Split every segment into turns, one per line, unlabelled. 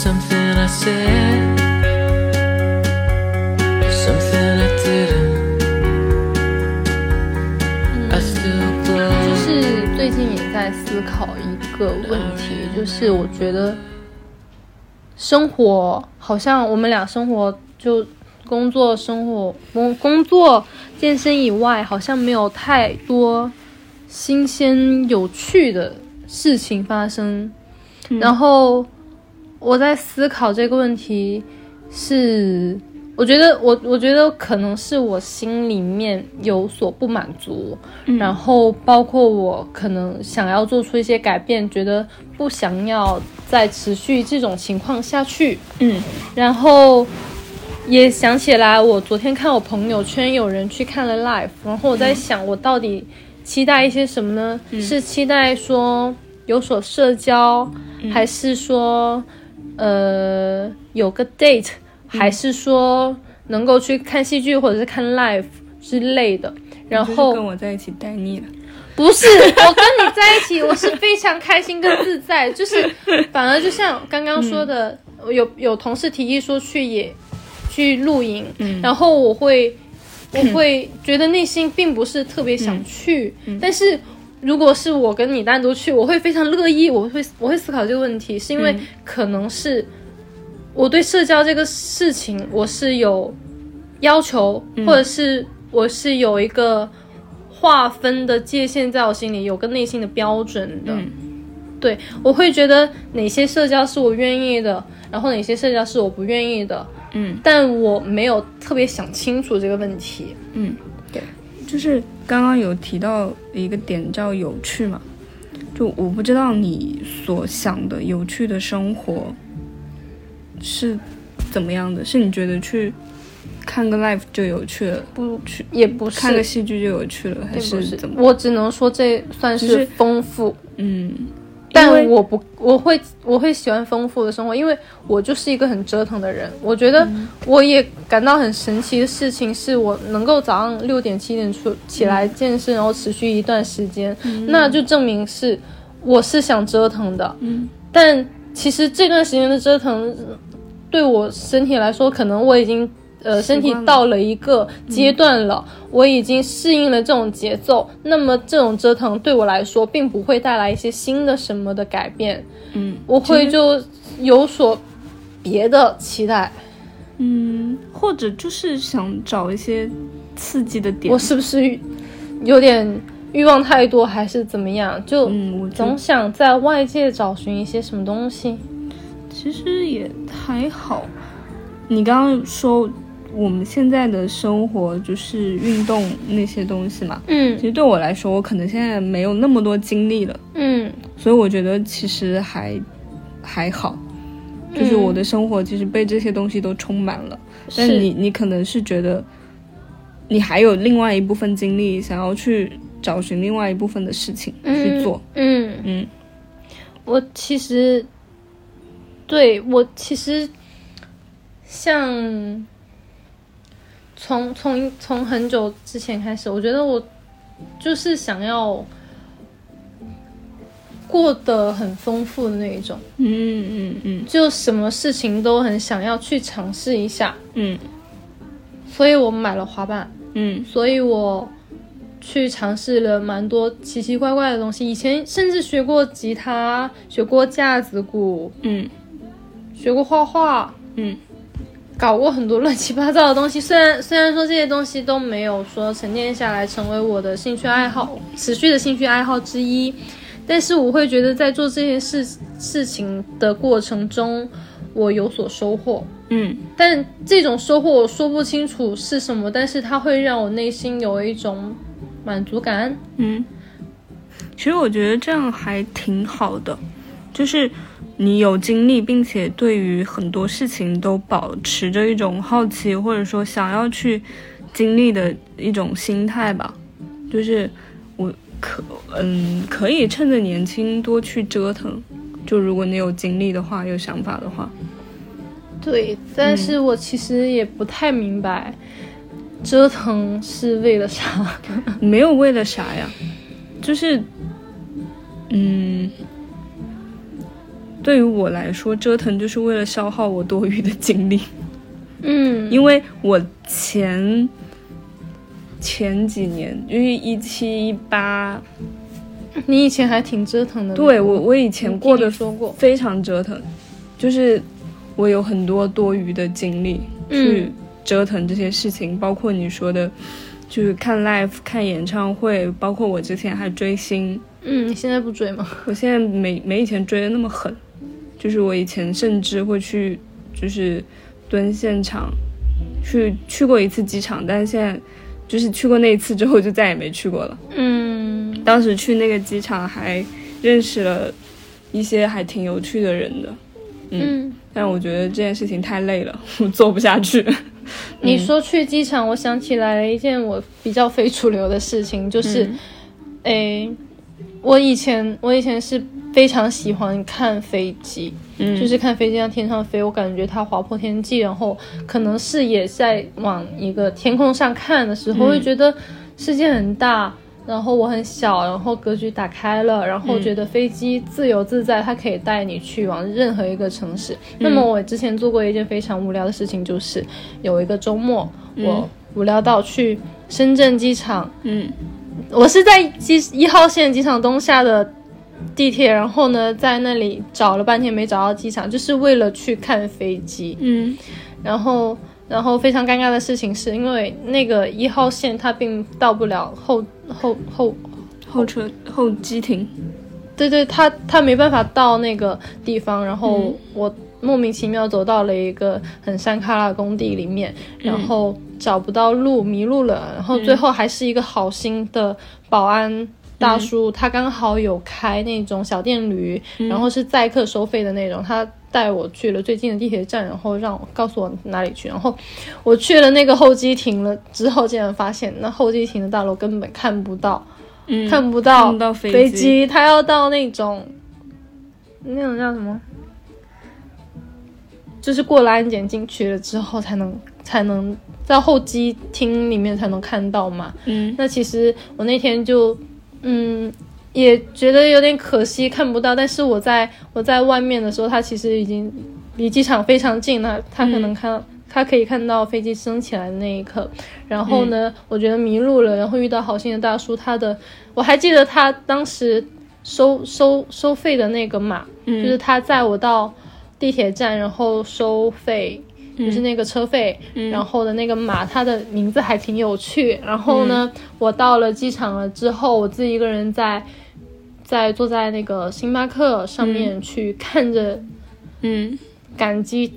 I said something I didn't. I still
就
blow.
是最近也在思考一个问题，就是我觉得生活好像我们俩生活就工作、生活、工工作、健身以外，好像没有太多新鲜有趣的事情发生。然后我在思考这个问题是。我觉得我我觉得可能是我心里面有所不满足，然后包括我可能想要做出一些改变，觉得不想要再持续这种情况下去。
嗯，
然后也想起来，我昨天看我朋友圈有人去看了 live，然后我在想，我到底期待一些什么呢？
嗯
是期待说有所社交，
嗯
还是说呃有个 date，还
嗯
是说能够去看戏剧或者是看 live 之类的？然
就是
后
跟我在一起待腻了。
不是，我跟你在一起，我是非常开心跟自在，就是反而就像刚刚说的，有有同事提议说去野去露营，然后我会我会觉得内心并不是特别想去，但是。如果是我跟你单独去，我会非常乐意，我会我会思考这个问题，是因为可能是我对社交这个事情我是有要求，或者是我是有一个划分的界限在我心里，有个内心的标准的。
嗯
对，我会觉得哪些社交是我愿意的，然后哪些社交是我不愿意的。
嗯，
但我没有特别想清楚这个问题。
就是刚刚有提到一个点叫有趣嘛，就我不知道你所想的有趣的生活是怎么样的，是你觉得去看个 live 就有趣了，不去
也不是，
看个戏剧就有趣了，还
并不
怎么？
我只能说这算
只
是
是
丰富，
嗯，
但我不，我会我会喜欢丰富的生活，因为我就是一个很折腾的人。我觉得我也感到很神奇的事情，是我能够早上六点七点出起来健身，然后持续一段时间，那就证明是我是想折腾的。嗯，但其实这段时间的折腾，对我身体来说，可能我已经呃身体
惯了嗯
到了一个阶段了，我已经适应了这种节奏。那么这种折腾对我来说，并不会带来一些新的什么的改变。
嗯，
我会就有所别的期待。
嗯，或者就是想找一些刺激的点
我。是不是有点欲望太多，还是怎么样？就
嗯，我觉得
总想在外界找寻一些什么东西。
其实也还好。你刚刚说我们现在的生活就是运动那些东西嘛，
嗯
其实对我来说，我可能现在没有那么多精力了，
嗯，
所以我觉得其实还还好。就是我的生活其实被这些东西都充满了，但
嗯是
你你可能是觉得你还有另外一部分精力想要去找寻另外一部分的事情去做，
嗯，
嗯
我其实，对我其实，像从从从很久之前开始，我觉得我就是想要过得很丰富的那一种，
嗯嗯嗯
就什么事情都很想要去尝试一下，
嗯
所以我买了滑板，
嗯
所以我去尝试了蛮多奇奇怪怪的东西。以前甚至学过吉他，学过架子鼓，
嗯
学过画画，
嗯，
搞过很多乱七八糟的东西。虽然虽然说这些东西都没有说沉淀下来成为我的兴趣爱好，持续的兴趣爱好之一，但是我会觉得在做这些事事情的过程中，我有所收获。
嗯
但这种收获我说不清楚是什么，但是它会让我内心有一种满足感。
嗯，其实我觉得这样还挺好的，就是你有精力，并且对于很多事情都保持着一种好奇，或者说想要去经历的一种心态吧。就是我可嗯，可以趁着年轻多去折腾。就如果你有精力的话，有想法的话，
对，但是我其实也不太明白，折腾是为了啥？
没有为了啥呀，就是，嗯，对于我来说，折腾就是为了消耗我多余的精力，
嗯，
因为我前前几年，因为一七一八，
你以前还挺折腾的。
对我我以前过
的
得
说过，
非常折腾，就是我有很多多余的精力去
嗯
折腾这些事情，包括你说的，就是看 live、看演唱会，包括我之前还追星，
嗯，你现在不追吗？
我现在没没以前追的那么狠，就是我以前甚至会去就是蹲现场，去去过一次机场，但是现在就是去过那一次之后就再也没去过了。
嗯
当时去那个机场还认识了一些还挺有趣的人的。
嗯，
但我觉得这件事情太累了，我做不下去。
你说去机场，我想起来了一件我比较非主流的事情，就是，诶，我以前我以前是非常喜欢看飞机，
嗯
就是看飞机在天上飞，我感觉它划破天际，然后可能视野在往一个天空上看的时候，会觉得世界很大。然后我很小，然后格局打开了，然后觉得飞机自由自在，它可以带你去往任何一个城市。那么我之前做过一件非常无聊的事情，就是有一个周末，我无聊到去深圳机场
嗯
我是在机一号线机场东下的地铁，然后呢，在那里找了半天没找到机场，就是为了去看飞机。
嗯
然后，然后非常尴尬的事情是因为那个一号线它并到不了后后后，
后车后机亭，
对对，它它没办法到那个地方。然后我莫名其妙走到了一个很山旮旯的工地里面，然后找不到路，迷路了。然后最后还是一个好心的保安大叔，他刚好有开那种小电驴，然后是载客收费的那种，他带我去了最近的地铁站，然后让我告诉我哪里去。然后我去了那个候机亭了之后，竟然发现那候机亭的大楼根本看不到，
嗯
看不到
看不到飞
飞
机
机，他要到那种那种叫什么？就是过了安检进去了之后才能才能在候机厅里面才能看到嘛。
嗯
那其实我那天就嗯也觉得有点可惜看不到，但是我在我在外面的时候，它其实已经离机场非常近了，它可能看。到它可以看到飞机升起来的那一刻，然后呢，我觉得迷路了，然后遇到好心的大叔，他的我还记得他当时收收收费的那个码，就是他载我到地铁站，然后收费，就是那个车费，然后的那个码，它的名字还挺有趣。然后呢，我到了机场了之后，我自己一个人在在坐在那个星巴克上面去看着
嗯
赶机、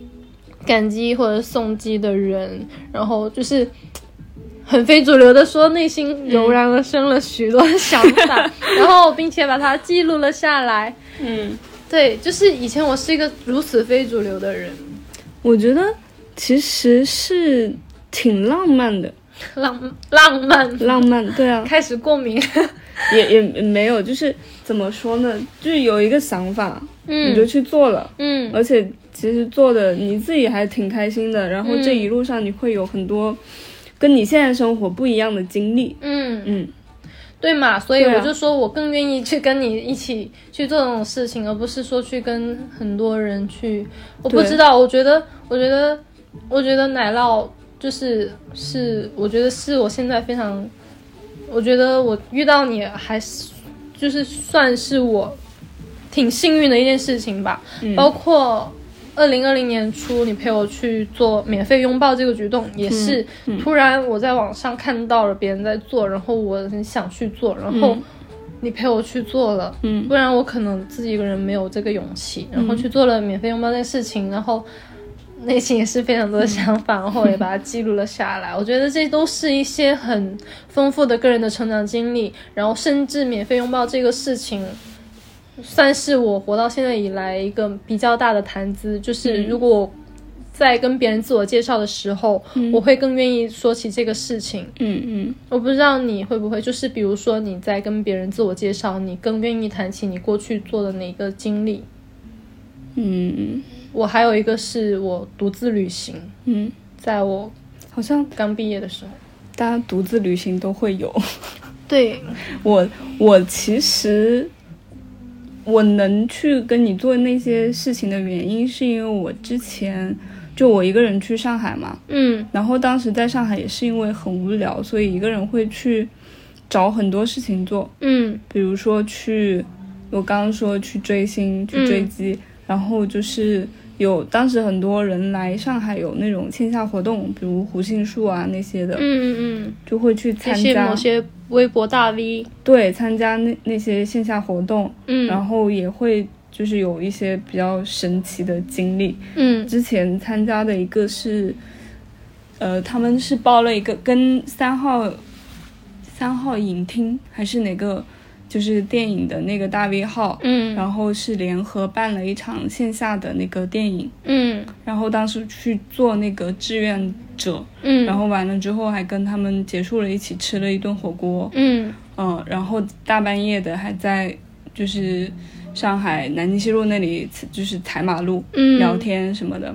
赶机或者送机的人，然后就是很非主流的说，内心油然而生了许多 想法，然后并且把它记录了下来。
嗯，
对，就是以前我是一个如此非主流的人，
我觉得其实是挺浪漫的，
浪浪漫，
浪漫对啊，
开始过敏。
也也也没有，就是怎么说呢，就是有一个想法， 你就
嗯
去做了，
嗯
而且其实做的你自己还挺开心的，然后这
嗯
一路上你会有很多跟你现在生活不一样的经历，
嗯，
嗯
对嘛，所以
对啊
我就说我更愿意去跟你一起去做这种事情，而不是说去跟很多人去。我不
对
知道，我觉得，我觉得，我觉得奶酪就是是，我觉得是我现在非常，我觉得我遇到你还是就是算是我挺幸运的一件事情吧。
嗯
包括二零二零年初你陪我去做免费拥抱这个举动，
嗯
也是突然我在网上看到了别人在做，然后我很想去做，然后
嗯
你陪我去做了，
嗯
不然我可能自己一个人没有这个勇气，然后去做了免费拥抱这个事情，然后。内心也是非常多的想法，
嗯
然后我也把它记录了下来。我觉得这都是一些很丰富的个人的成长经历，然后甚至免费拥抱这个事情，算是我活到现在以来一个比较大的谈资，就是如果我在跟别人自我介绍的时候，我会更愿意说起这个事情。
嗯嗯
我不知道你会不会，就是比如说你在跟别人自我介绍，你更愿意谈起你过去做的哪个经历。
嗯
我还有一个是我独自旅行，
嗯，
在我
好像
刚毕业的时候。
大家独自旅行都会有。
对，
我我其实我能去跟你做那些事情的原因，是因为我之前就我一个人去上海嘛，
嗯
然后当时在上海也是因为很无聊，所以一个人会去找很多事情做，
嗯
比如说去，我刚刚说去追星、去追
嗯
击，然后就是有当时很多人来上海有那种线下活动，比如胡杏树啊那些的，
嗯嗯，
就会去
那
参
些
加
某，些微博大 V，
对，参加那那些线下活动，
嗯
然后也会就是有一些比较神奇的经历。
嗯
之前参加的一个是，呃，他们是报了一个跟三号三号影厅还是哪个，就是电影的那个大 V 号，
嗯
然后是联合办了一场线下的那个电影，
嗯
然后当时去做那个志愿者，
嗯，
然后完了之后还跟他们结束了一起吃了一顿火锅，
嗯
嗯，然后大半夜的还在就是上海南京西路那里就是踩马路，
嗯
聊，天什么的。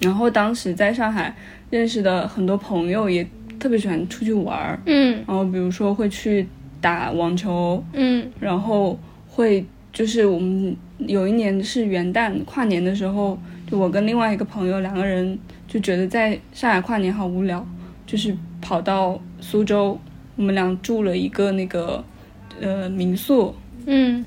然后当时在上海认识的很多朋友也特别喜欢出去玩儿，
嗯
然后比如说会去打网球，
嗯
然后会就是我们有一年是元旦跨年的时候，就我跟另外一个朋友两个人就觉得在上海跨年好无聊，就是跑到苏州，我们俩住了一个那个呃民宿，
嗯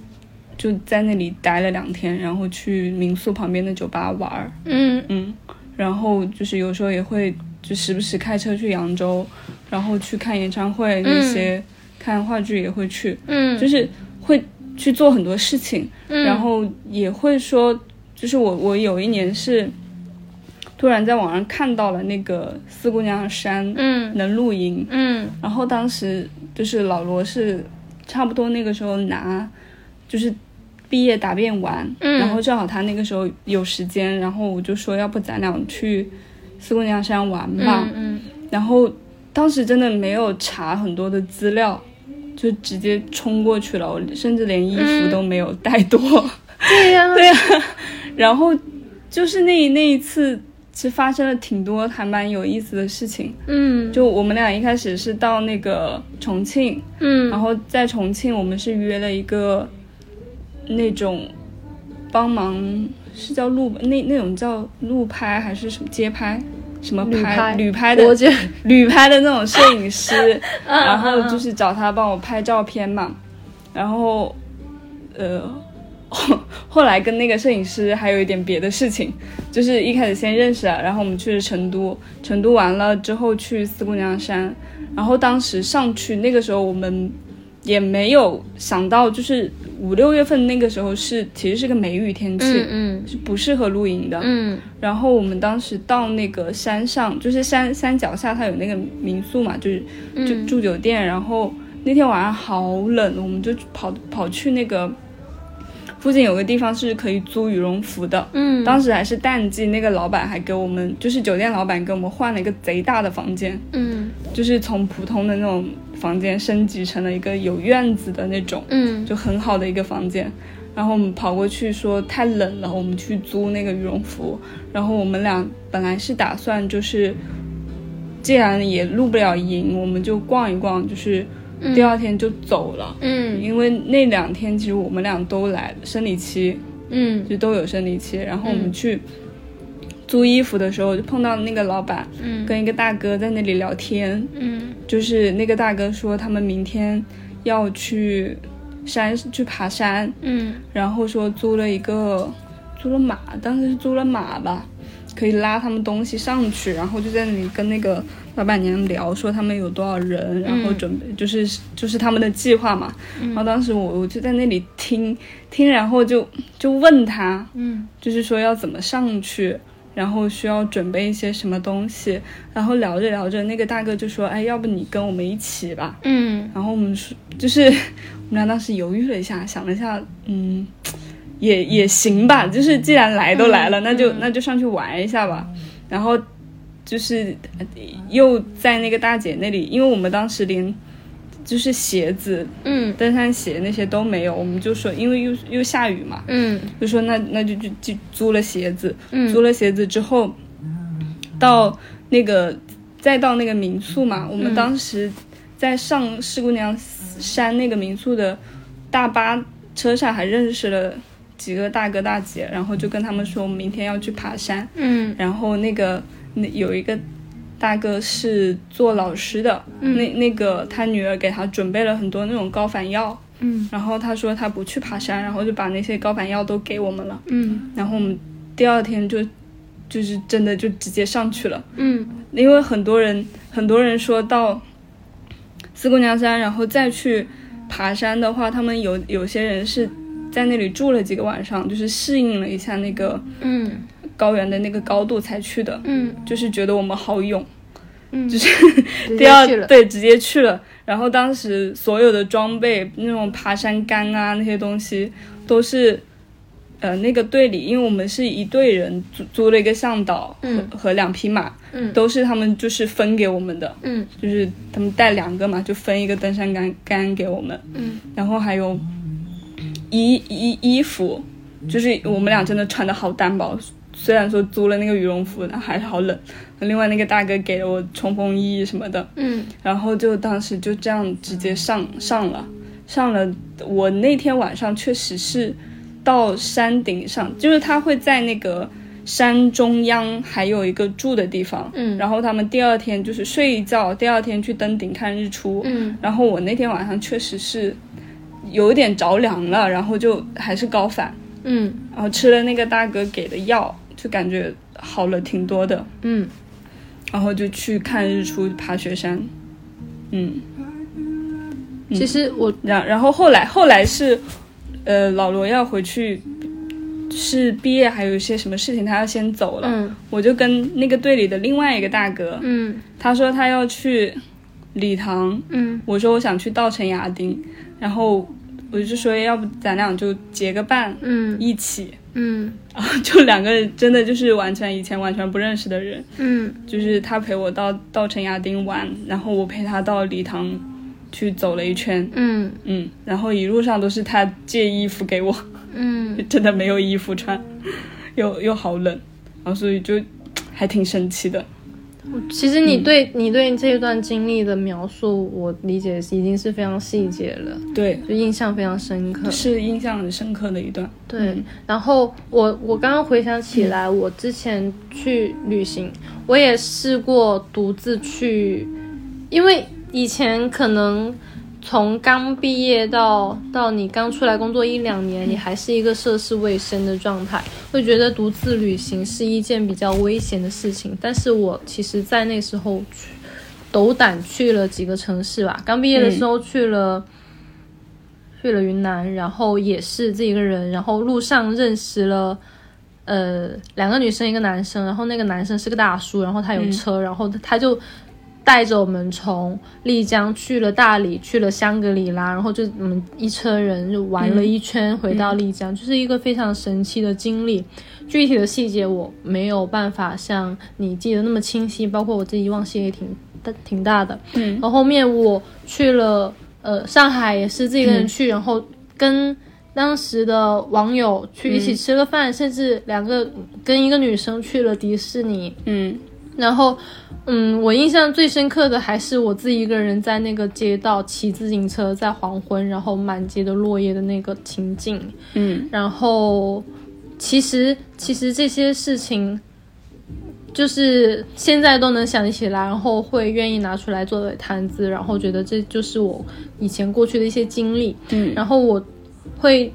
就在那里待了两天，然后去民宿旁边的酒吧玩儿。
嗯
嗯，然后就是有时候也会就时不时开车去扬州，然后去看演唱会那些，看话剧也会去，
嗯，
就是会去做很多事情，
嗯
然后也会说，就是我我有一年是突然在网上看到了那个四姑娘山
嗯
能露营，
嗯
然后当时就是老罗是差不多那个时候拿，就是毕业答辩完，
嗯
然后正好他那个时候有时间，然后我就说要不咱俩去四姑娘山玩吧，
嗯
然后当时真的没有查很多的资料。就直接冲过去了，我甚至连衣服都没有带多。
嗯对呀
对呀、 然后就是那那一次，其实发生了挺多还蛮有意思的事情。
嗯
就我们俩一开始是到那个重庆，然
嗯
后在重庆我们是约了一个那种帮忙是叫路那那种叫路拍还是什么街拍什么
旅拍
拍旅拍
我
的
觉得
旅拍的那种摄影师，然后
嗯嗯
就是找他帮我拍照片嘛，然后呃。 后后来跟那个摄影师还有一点别的事情，就是一开始先认识啊，然后我们去了成都，成都完了之后去四姑娘山，然后当时上去那个时候我们也没有想到，就是五六月份那个时候是其实是个梅雨天气，
嗯
是不适合露营的，
嗯
然后我们当时到那个山上，就是山山脚下，它有那个民宿嘛，就是就
嗯
住酒店。然后那天晚上好冷，我们就跑跑去那个附近有个地方是可以租羽绒服的。
嗯，
当时还是淡季，那个老板还给我们，就是酒店老板给我们换了一个贼大的房间，
嗯
就是从普通的那种房间升级成了一个有院子的那种。
嗯
就很好的一个房间。然后我们跑过去说太冷了，我们去租那个羽绒服。然后我们俩本来是打算就是，既然也露不了营，我们就逛一逛，就是第二天就走了。
嗯
因为那两天其实我们俩都来生理期，
嗯
就都有生理期。然后我
嗯
们去租衣服的时候，就碰到那个老板
嗯
跟一个大哥在那里聊天，
嗯
就是那个大哥说他们明天要去山去爬山，
嗯
然后说租了一个租了马，当时是租了马吧，可以拉他们东西上去，然后就在那里跟那个老板娘聊，说他们有多少人，然后准备、就是就是他们的计划嘛。然后当时我我就在那里听听，然后就就问他，
嗯
就是说要怎么上去，然后需要准备一些什么东西，然后聊着聊着，那个大哥就说：“哎，要不你跟我们一起吧？”
嗯
然后我们说，就是 我们俩当时犹豫了一下，想了一下，嗯，也也行吧，就是既然来都来了，那就那就上去玩一下吧。然后就是呃又在那个大姐那里，因为我们当时连就是鞋子、
嗯
登山鞋那些都没有，我们就说，因为又又下雨嘛，
嗯
就说那那就就就租了鞋子，
嗯
租了鞋子之后，到那个再到那个民宿嘛，我们当时在上四姑娘山那个民宿的大巴车上还认识了几个大哥大姐，然后就跟他们说我们明天要去爬山。
嗯
然后那个那有一个大哥是做老师的，
嗯
那那个他女儿给他准备了很多那种高反药，
嗯
然后他说他不去爬山，然后就把那些高反药都给我们了，
嗯
然后我们第二天就就是真的就直接上去了，
嗯
因为很多人很多人说到四姑娘山，然后再去爬山的话，他们有有些人是在那里住了几个晚上，就是适应了一下那个
嗯
高原的那个高度才去的，
嗯
就是觉得我们好勇，
嗯，
就是第二对直接去了。然后当时所有的装备，那种爬山杆啊那些东西，都是呃那个队里，因为我们是一队人租租了一个向导和、
嗯
和两匹马，
嗯
都是他们就是分给我们的，
嗯
就是他们带两个嘛，就分一个登山杆杆给我们，
嗯，
然后还有衣衣衣服，就是我们俩真的穿的好单薄，虽然说租了那个羽绒服，但还是好冷。另外那个大哥给了我冲锋衣什么的，
嗯
然后就当时就这样直接上上了，上了。我那天晚上确实是到山顶上，就是他会在那个山中央还有一个住的地方，
嗯
然后他们第二天就是睡一觉，第二天去登顶看日出。
嗯
然后我那天晚上确实是有点着凉了，然后就还是高反，
嗯
然后吃了那个大哥给的药，就感觉好了挺多的。
嗯，
然后就去看日出，爬雪山，嗯。
其实我
然然后后来后来是，呃，老罗要回去，是毕业还有一些什么事情，他要先走了。
嗯
我就跟那个队里的另外一个大哥，
嗯
他说他要去礼堂，
嗯
我说我想去稻城亚丁，然后我就说要不咱俩就结个伴
嗯
一起，
嗯
然后就两个人真的就是完全以前完全不认识的人，
嗯
就是他陪我到稻城亚丁玩，然后我陪他到礼堂去走了一圈。
嗯
嗯，然后一路上都是他借衣服给我，
嗯，
真的没有衣服穿，又又好冷，然后所以就还挺神奇的。
其实你对你对这一段经历的描述，我理解已经是非常细节了，
对，
就印象非常深刻。
是印象很深刻的一段。
对，然后我我刚刚回想起来，我之前去旅行，我也试过独自去，因为以前可能从刚毕业到到你刚出来工作一两年，你还是一个涉世未深的状态，会觉得独自旅行是一件比较危险的事情。但是我其实，在那时候去斗胆去了几个城市吧，刚毕业的时候去了。去了云南，然后也是自己一个人，然后路上认识了呃两个女生一个男生，然后那个男生是个大叔，然后他有车，然后他就带着我们从丽江去了大理，去了香格里拉，然后就我们一车人就玩了一圈，回到丽江，就是一个非常神奇的经历。具体的细节我没有办法像你记得那么清晰，包括我自己忘性也挺大挺大的。
嗯
然后后面我去了呃上海，也是自己一个人去，然后跟当时的网友去一起吃个饭，甚至两个跟一个女生去了迪士尼。
嗯
然后，嗯，我印象最深刻的还是我自己一个人在那个街道骑自行车，在黄昏，然后满街的落叶的那个情景。
嗯
然后，其实其实这些事情，就是现在都能想起来，然后会愿意拿出来作为谈资，然后觉得这就是我以前过去的一些经历。
嗯
然后我会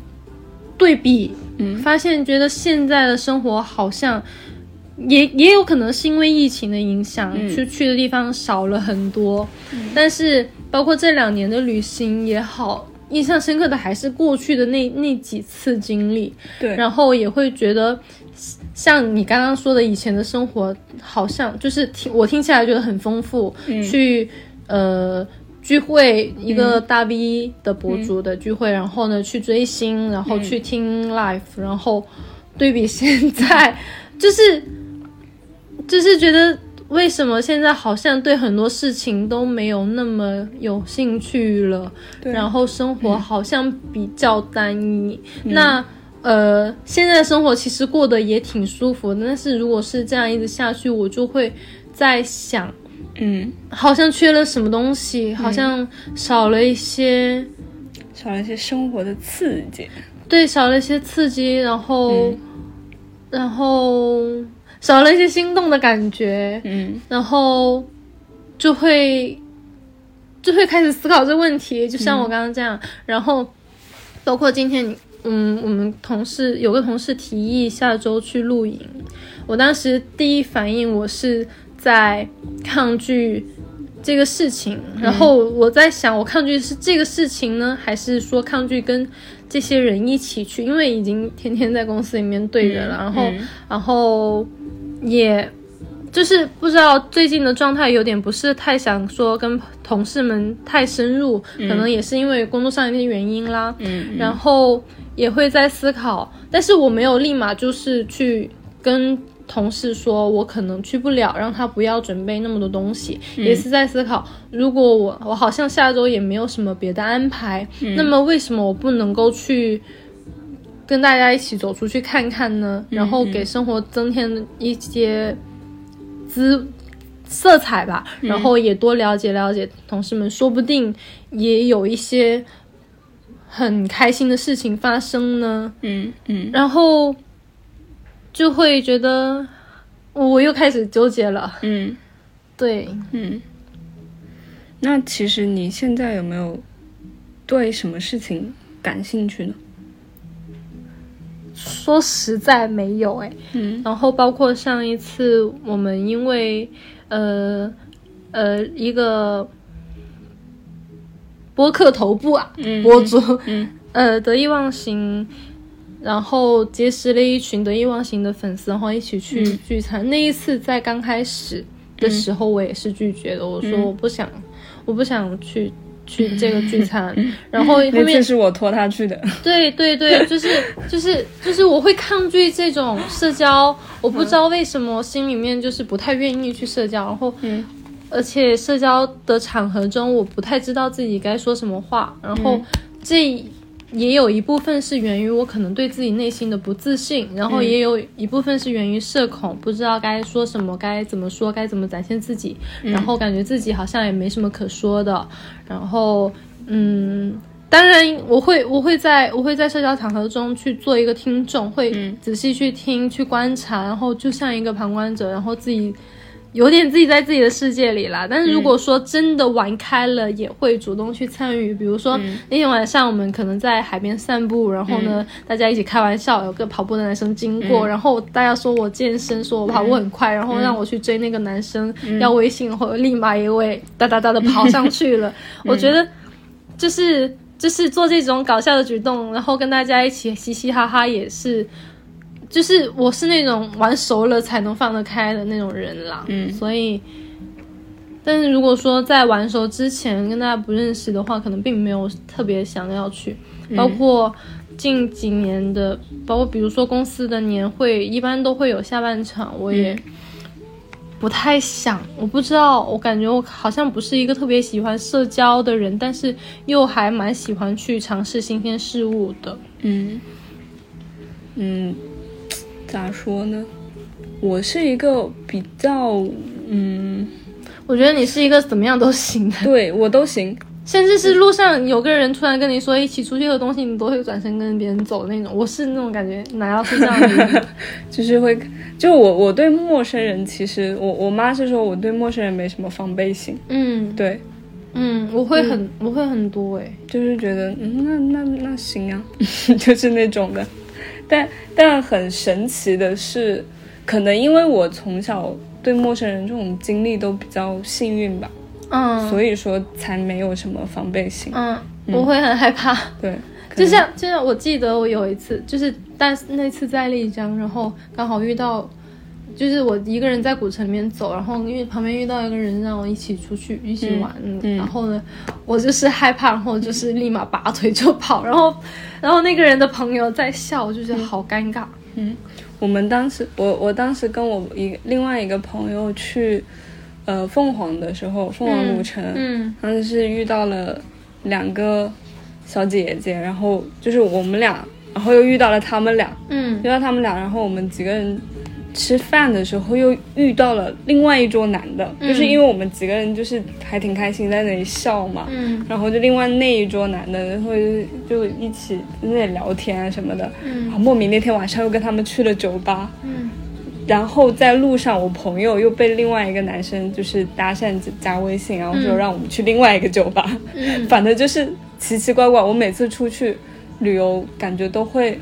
对比，
嗯
发现觉得现在的生活好像也也有可能是因为疫情的影响，
嗯
去去的地方少了很多。但是包括这两年的旅行也好，印象深刻的还是过去的那那几次经历。
对
然后也会觉得。像你刚刚说的，以前的生活好像就是听我听起来觉得很丰富，
嗯
去呃聚会，一个
嗯
大 V 的博主的聚会，然后呢去追星，然
嗯
后去听 live，、然后对比现在， 就是就是觉得为什么现在好像对很多事情都没有那么有兴趣了，
对嗯
然后生活好像比较单一。那呃，现在的生活其实过得也挺舒服的，但是如果是这样一直下去，我就会在想，
嗯，
好像缺了什么东西，好像少了一些
少了一些生活的刺激。
对，少了一些刺激，然后，然后少了一些心动的感觉，
嗯
然后就会就会开始思考这个问题，就
嗯
像我刚刚这样，然后包括今天你。嗯，我们同事有个同事提议下周去露营，我当时第一反应我是在抗拒这个事情，
嗯
然后我在想，我抗拒是这个事情呢，还是说抗拒跟这些人一起去？因为已经天天在公司里面对着了，然后、
嗯
然后也就是不知道最近的状态有点不是太想说跟同事们太深入，可能也是因为工作上一些原因啦。
嗯
然后也会在思考，但是我没有立马就是去跟同事说我可能去不了，让他不要准备那么多东西，
嗯
也是在思考，如果我我好像下周也没有什么别的安排，
嗯
那么为什么我不能够去？跟大家一起走出去看看呢，
嗯
然后给生活增添一些滋色彩吧，然后也多了解了解同事们，说不定也有一些很开心的事情发生呢，
嗯嗯
然后就会觉得我又开始纠结了。
嗯
对，
嗯。那其实你现在有没有对什么事情感兴趣呢？
说实在没有哎。
嗯
然后包括上一次我们因为呃呃一个播客头部啊，
嗯
博主，
嗯
呃得意忘形，然后结识了一群得意忘形的粉丝，然后一起去
嗯
聚餐。那一次在刚开始的时候，我也是拒绝的，我
嗯
说我不想，我不想去去这个聚 餐。然后后
那
面
次是我拖他去的。
对对对，就是就是就是我会抗拒这种社交，我不知道为什么心里面就是不太愿意去社交，然后
嗯
而且社交的场合中，我不太知道自己该说什么话，然后这也有一部分是源于我可能对自己内心的不自信，然后也有一部分是源于社恐，不知道该说什么，该怎么说，该怎么展现自己，然后感觉自己好像也没什么可说的，然后嗯。当然，我会我会在我会在社交场合中去做一个听众，会仔细去听、去观察，然后就像一个旁观者，然后自己有点自己在自己的世界里啦。但是如果说真的玩开了，也会主动去参与。比如说、那天晚上我们可能在海边散步，然后呢、大家一起开玩笑，有个跑步的男生经过，然后大家说我健身，说我跑步很快，然后让我去追那个男生、要微信，然后立马也会哒哒哒的跑上去了。我觉得就是。就是做这种搞笑的举动，然后跟大家一起嘻嘻哈哈，也是就是我是那种玩熟了才能放得开的那种人啦，
嗯
所以，但是如果说在玩熟之前跟大家不认识的话，可能并没有特别想要去，包括近几年的，包括比如说公司的年会，一般都会有下半场，我也不太想，我不知道，我感觉我好像不是一个特别喜欢社交的人，但是又还蛮喜欢去尝试新鲜事物的，
嗯，嗯，咋说呢？我是一个比较，嗯，
我觉得你是一个怎么样都行的。
对我都行。
甚至是路上有个人突然跟你说一哎起出去喝东西，你都会转身跟别人走那种。我是那种感觉，哪要是这样的人？
就是会，就我我对陌生人，其实我我妈是说我对陌生人没什么防备心，
嗯，
对，
嗯，我会很，我会很多哎、
就是觉得嗯那那那行啊， 就是那种的。但但很神奇的是，可能因为我从小对陌生人这种经历都比较幸运吧，
嗯，
所
以，
以说才没有什么防备心。
嗯，我会很害怕。
对，可
就
能
像就像我记得我有一次，就是但是那次在丽江，然后刚好遇到，就是我一个人在古城里面走，然后因为旁边遇到一个人让我一起出去一起玩，
嗯
然后呢，我就是害怕，然后就是立马拔腿就跑，然后然后那个人的朋友在笑，我就觉得好尴尬。
我们当时，我我当时跟我一个另外一个朋友去，呃，凤凰的时候，凤凰古城，
嗯
当时是遇到了两个小姐姐，然后就是我们俩，然后又遇到了他们俩，
嗯
遇到他们俩，然后我们几个人吃饭的时候又遇到了另外一桌男的，
嗯
就是因为我们几个人就是还挺开心，在那里笑嘛，
嗯
然后就另外那一桌男的，然后就就一起在那里聊天啊什么的，然后莫名那天晚上又跟他们去了酒吧，
嗯
然后在路上，我朋友又被另外一个男生就是搭讪加微信，然后就让我们去另外一个酒吧。
嗯
反正就是奇奇怪怪。我每次出去旅游，感觉都会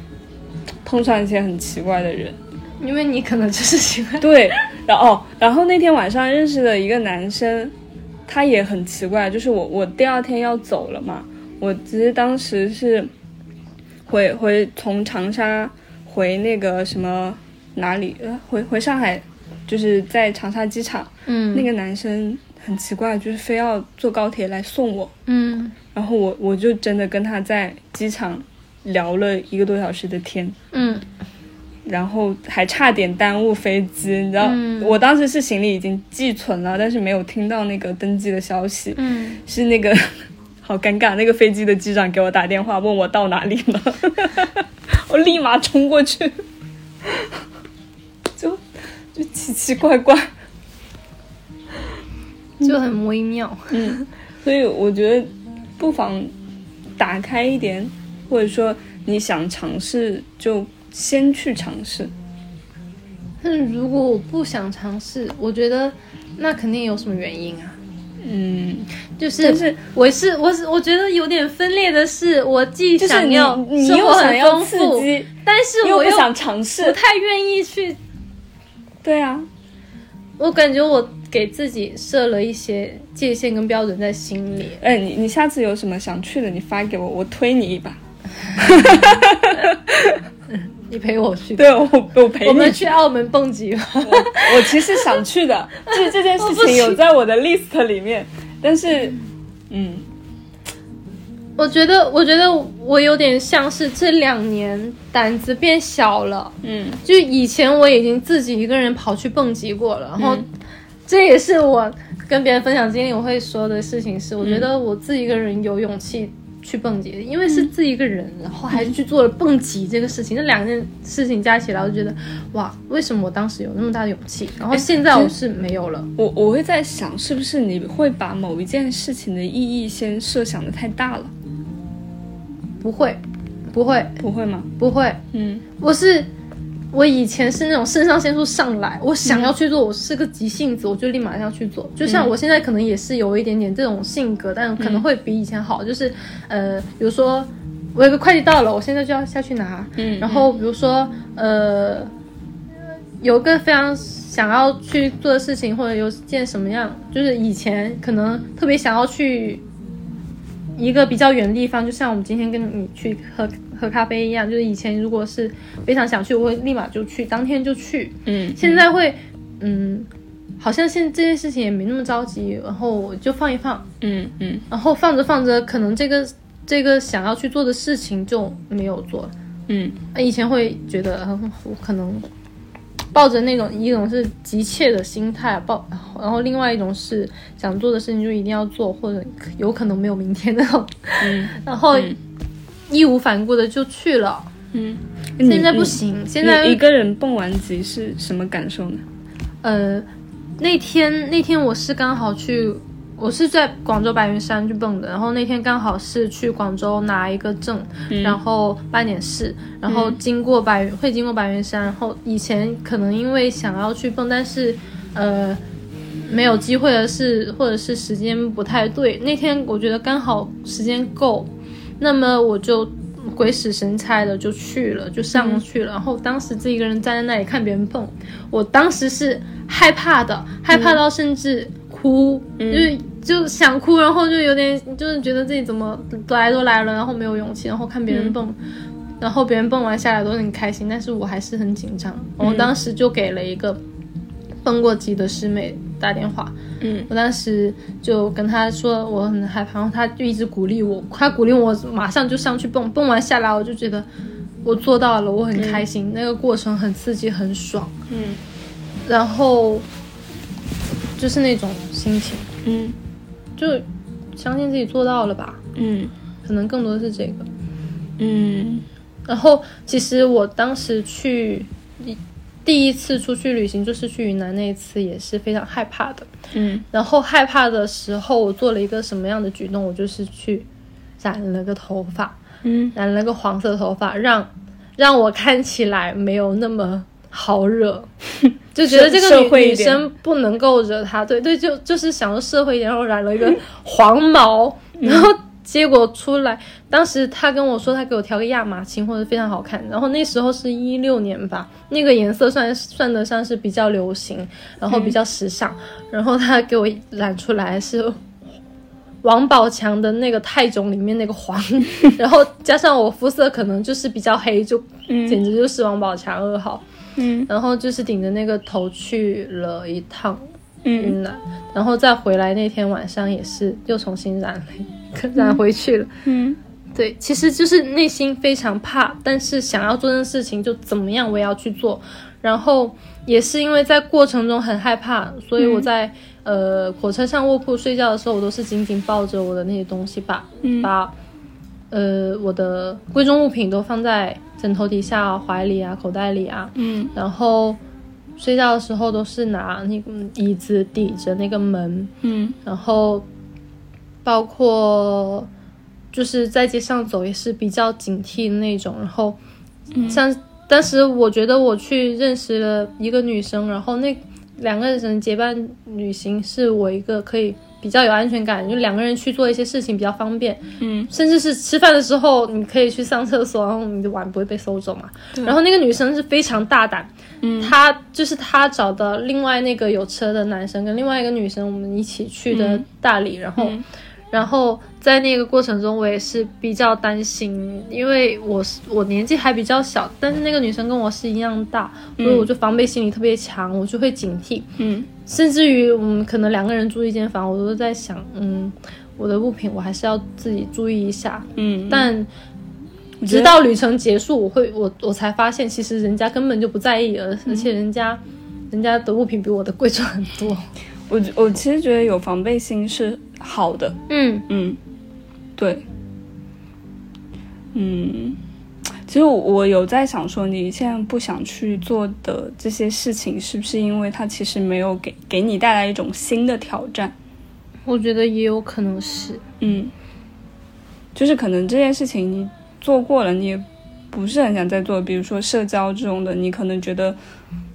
碰上一些很奇怪的人。
因为你可能就是喜欢，
对，然后、哦、然后那天晚上认识了一个男生，他也很奇怪，就是我我第二天要走了嘛，我其实当时是回回从长沙回那个什么哪里呃回回上海，就是在长沙机场，
嗯
那个男生很奇怪，就是非要坐高铁来送我，
嗯
然后我我就真的跟他在机场聊了一个多小时的天，
嗯
然后还差点耽误飞机，你知道，
嗯
我当时是行李已经寄存了，但是没有听到那个登机的消息，
嗯，
是那个 好尴尬，那个飞机的机长给我打电话问我到哪里了， 我立马冲过去， 就就奇奇怪怪，
就很微妙。
所以我觉得不妨打开一点，或者说你想尝试就先去尝试，
但如果我不想尝试，我觉得那肯定有什么原因啊。
嗯。
就是
但是
我是我是我觉得有点分裂的是，我既
就是
想
你
要
你
生
又
活
想
很
要
丰
刺
富，
激，
但是
又
我
不
又
想尝
不
试，
太愿意去。
对啊，
我感觉我给自己设了一些界限跟标准在心里。
哎，你你下次有什么想去的，你发给我，我推你一把。
你陪我去，
对，我我陪
我
你
们。去澳门蹦极 吧。
我其实想去的，就是这件事情有在我的 list 里面，但是，嗯，
我觉得，我觉得我有点像是这两年胆子变小了。
嗯，
就以前我已经自己一个人跑去蹦极过了，然后这也是我跟别人分享经历我会说的事情是，我觉得我自己一个人有勇气去蹦极，因为是自己一个人，然后还去做了蹦极这个事情，这两件事情加起来，我就觉得哇，为什么我当时有那么大的勇气，然后现在我是没有了。
我我会在想，是不是你会把某一件事情的意义先设想的太大了？
不会，不会，
不会吗？
不会，
嗯
我是我以前是那种肾上腺素上来，我想要去做，我是个急性子，我就立马要去做。就像我现在可能也是有一点点这种性格，但可能会比以前好。就是呃，比如说我有个快递到了，我现在就要下去拿。
嗯
然后比如说呃，有个非常想要去做的事情，或者有件什么样，就是以前可能特别想要去一个比较远的地方，就像我们今天跟你去喝喝咖啡一样，就是以前如果是非常想去，我会立马就去，当天就去。
嗯
现在会，嗯，好像现这件事情也没那么着急，然后我就放一放，
嗯嗯
然后放着放着，可能这个这个想要去做的事情就没有做了。
嗯
以前会觉得，嗯，我可能抱着那种一种是急切的心态，抱，然后另外一种是想做的事情就一定要做，或者有可能没有明天 那种，
嗯
然后义无反顾的就去了。
嗯。
现在不
你
行，
你
现在
一个人蹦完极是什么感受呢？
呃，那天那天我是刚好去，我是在广州白云山去蹦的，然后那天刚好是去广州拿一个证，然后办点事，然后经过白云、会经过白云山，然后以前可能因为想要去蹦，但是呃。没有机会的是，或者是时间不太对。那天我觉得刚好时间够，那么我就鬼使神差的就去了，就上去了。然后当时自己一个人站在那里看别人蹦，我当时是害怕的，害怕到甚至哭，就是就想哭，然后就有点就是觉得自己怎么来都来了，然后没有勇气，然后看别人蹦。然后别人蹦完下来都很开心，但是我还是很紧张。我当时就给了一个蹦过级的师妹打电话，
嗯，
我当时就跟她说我很害怕，然后她就一直鼓励我，她鼓励我马上就上去蹦，蹦完下来我就觉得我做到了，我很开心，那个过程很刺激，很爽，
嗯
然后就是那种心情，
嗯
就相信自己做到了吧，
嗯
可能更多的是这个。
嗯
然后其实我当时去第一次出去旅行，就是去云南那一次，也是非常害怕的。
嗯，
然后害怕的时候，我做了一个什么样的举动？我就是去染了个头发，
嗯，
染了个黄色头发，让让我看起来没有那么好惹，就觉得这
社
个
社会
女
一
女
点
生不能够惹她。对对，就就是想着社会一点，然后染了一个黄毛，
嗯
然后结果出来，当时她跟我说她给我调个亚麻青，或者非常好看。然后那时候是一六年吧，那个颜色算算得上是比较流行，然后比较时尚。
嗯
然后她给我染出来是王宝强的那个泰囧里面那个 黄，然后加上我肤色可能就是比较黑，就简直就是王宝强二号。
嗯
然后就是顶着那个头去了一趟
嗯，
云南，然后再回来那天晚上也是又重新染了一个，染回去了。
嗯，
对，其实就是内心非常怕，但是想要做这件事情，就怎么样我也要去做。然后也是因为在过程中很害怕，所以我
嗯
在、呃火车上卧铺睡觉的时候，我都是紧紧抱着我的那些东西把，
嗯
把呃我的贵重物品都放在枕头底下、怀里啊、口袋里啊。
嗯，
然后睡觉的时候都是拿那个椅子抵着那个门，
嗯，
然后包括就是在街上走也是比较警惕那种。然后像当时我觉得我去认识了一个女生，然后那两个人结伴旅行是我一个可以比较有安全感，就两个人去做一些事情比较方便。
嗯，
甚至是吃饭的时候你可以去上厕所，然后你的碗不会被收走嘛。然后那个女生是非常大胆，她就是她找的另外那个有车的男生跟另外一个女生，我们一起去的大理，然后。然后在那个过程中，我也是比较担心，因为我是我年纪还比较小，但是那个女生跟我是一样大，所以我就防备心理特别强，我就会警惕。
嗯，
甚至于我们可能两个人住一间房，我都在想，嗯，我的物品我还是要自己注意一下。
嗯，
但
觉
直
得
到旅程结束，我会我我才发现，其实人家根本就不在意，
嗯
而而且人家、人家的物品比我的贵重很多。
我我其实觉得有防备心是好的，
嗯
嗯，对，嗯，其实我我有在想说，你现在不想去做的这些事情，是不是因为它其实没有给给你带来一种新的挑战？
我觉得也有可能是，
嗯，就是可能这件事情你做过了，你也不是很想再做，比如说社交这种的，你可能觉得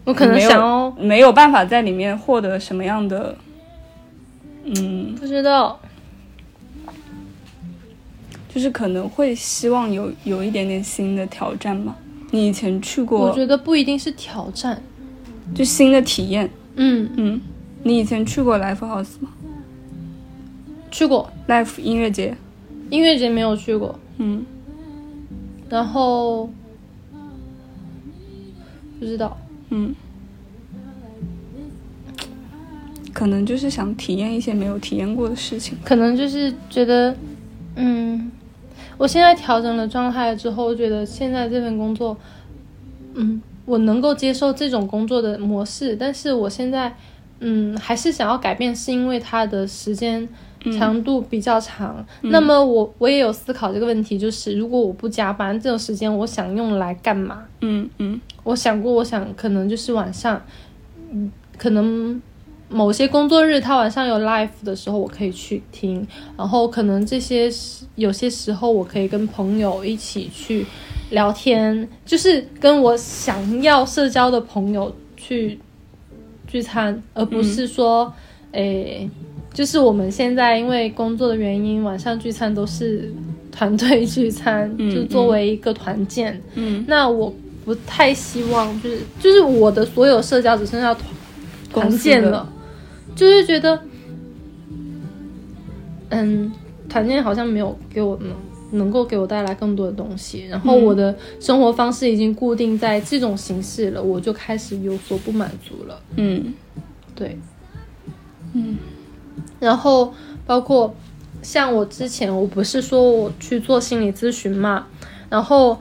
我可能
没有
想要
没有办法在里面获得什么样的，嗯，
不知道，
就是可能会希望有有一点点新的挑战嘛。你以前去
我
过
觉得不一定是挑战。
就新的体验，
嗯，
嗯，你以前去过 l i f e House 吗
去过
l i f e 音乐节，
音乐节没有去过，
嗯，
然后不知道。
嗯，可能就是想体验一些没有体验过的事情。
可能就是觉得，嗯，我现在调整了状态之后，我觉得现在这份工作，嗯，我能够接受这种工作的模式，但是我现在，嗯，还是想要改变，是因为它的时间长度比较长。那么我我也有思考这个问题，就是如果我不加班，这种时间我想用来干嘛？
嗯嗯
我想过，我想可能就是晚上，嗯，可能某些工作日他晚上有 live 的时候，我可以去听，然后可能这些时有些时候我可以跟朋友一起去聊天，就是跟我想要社交的朋友去聚餐，而不是说，诶、就是我们现在因为工作的原因，晚上聚餐都是团队聚餐，
嗯
就作为一个团建。
嗯，
那我不太希望，就是就是我的所有社交只剩下团团建了，就是觉得，嗯，团建好像没有给我能能够给我带来更多的东西，然后我的生活方式已经固定在这种形式了，我就开始有所不满足了。
嗯
对，
嗯，
然后包括像我之前，我不是说我去做心理咨询嘛，然后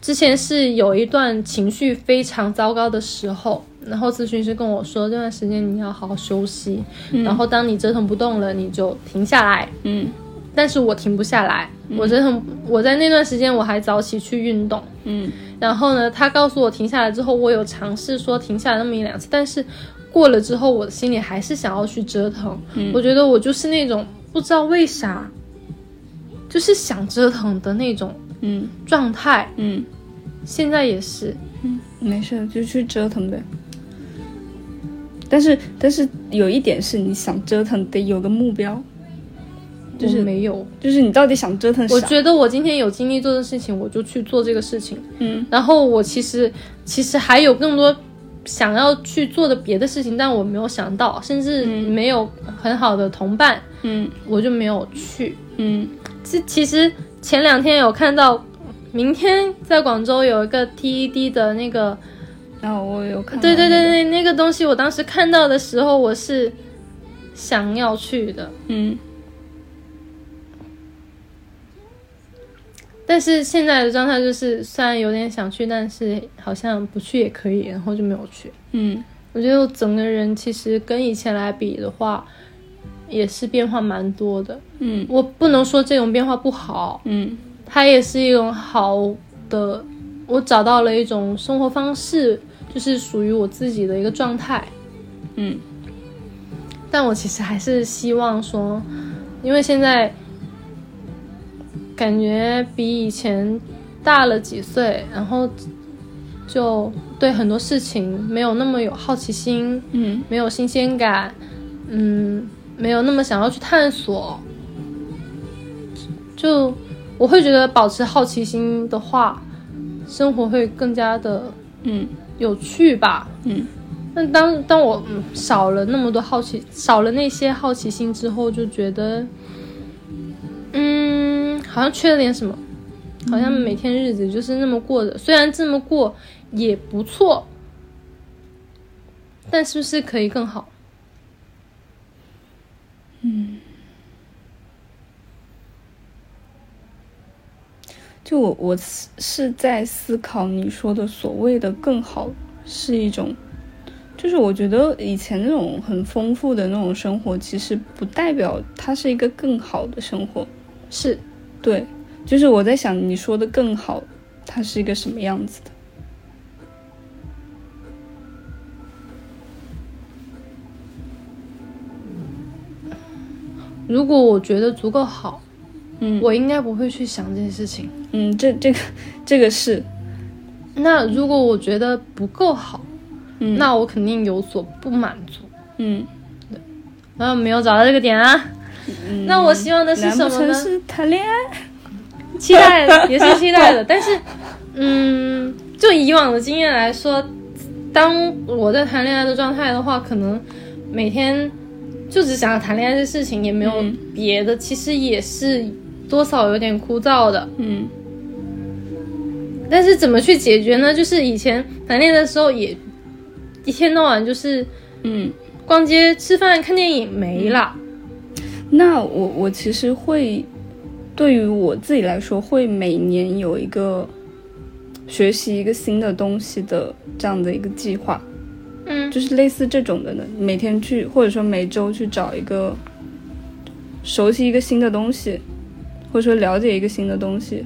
之前是有一段情绪非常糟糕的时候，然后咨询师跟我说，这段时间你要好好休息，然后当你折腾不动了，你就停下来。
嗯
但是我停不下来，我真的很，我在那段时间我还早起去运动，
嗯
然后呢，他告诉我停下来之后，我有尝试说停下来那么一两次，但是过了之后，我的心里还是想要去折腾。
嗯
我觉得我就是那种不知道为啥，就是想折腾的那种
嗯
状态，
嗯，
现在也是。
没事，就去折腾呗。但是但是有一点是你想折腾得有个目标，就是
我没有，
就是你到底想折腾啥？
我觉得我今天有精力做的事情，我就去做这个事情。
嗯，
然后我其实其实还有更多想要去做的别的事情，但我没有想到，甚至没有很好的同伴，
嗯
我就没有去。
嗯
这其实前两天有看到，明天在广州有一个 TED 的那个，
然后哦我有看到
对对对
那个，
对，那个东西，我当时看到的时候，我是想要去的，
嗯
但是现在的状态就是，虽然有点想去，但是好像不去也可以，然后就没有去。
嗯
我觉得我整个人其实跟以前来比的话，也是变化蛮多的。
嗯
我不能说这种变化不好，
嗯
它也是一种好的，我找到了一种生活方式，就是属于我自己的一个状态。
嗯
但我其实还是希望说，因为现在感觉比以前大了几岁，然后就对很多事情没有那么有好奇心，
嗯
没有新鲜感，嗯，没有那么想要去探索。就我会觉得保持好奇心的话，生活会更加的
嗯
有趣吧。
嗯，
那当当我、嗯少了那么多好奇，少了那些好奇心之后，就觉得，嗯，好像缺了点什么，好像每天日子就是那么过的，虽然这么过也不错，但是不是可以更好？
就我我是是在思考你说的所谓的更好是一种，就是我觉得以前那种很丰富的那种生活，其实不代表它是一个更好的生活。
是，
对，就是我在想你说的更好，它是一个什么样子的？
如果我觉得足够好，
嗯
我应该不会去想这件事情。
嗯，这这个这个是，
那如果我觉得不够好，
嗯
那我肯定有所不满足。
嗯，
然后没有找到这个点啊。那我希望的是
难
什
不
么
成
呢？
是谈恋爱？
期待也是期待 的，但是，嗯，就以往的经验来说，当我在谈恋爱的状态的话，可能每天就只想着谈恋爱这事情，也没有
嗯
别的，其实也是多少有点枯燥的。
嗯
但是怎么去解决呢？就是以前谈恋爱的时候也一天到晚就是
嗯。
逛街、吃饭、看电影没了。
那我我其实会，对于我自己来说，会每年有一个学习一个新的东西的这样的一个计划，
嗯
就是类似这种的呢，每天去或者说每周去找一个熟悉一个新的东西，或者说了解一个新的东西，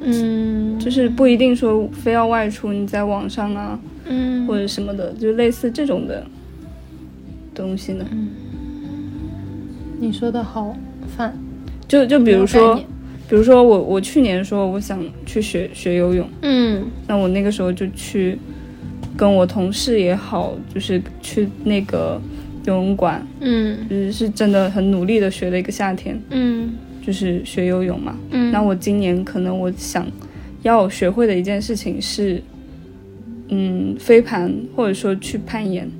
嗯
就是不一定说非要外出，你在网上啊
嗯
或者什么的，就类似这种的东西呢。
你说的好烦。
就就比
比
如说，比如说我我去年说我想去学学游泳。
嗯
那我那个时候就去跟我同事也好，就是去那个游泳馆，
嗯
就是是真的很努力的学了一个夏天，
嗯
就是学游泳嘛。
嗯，
那我今年可能我想要学会的一件事情是，嗯，飞盘或者说去攀岩，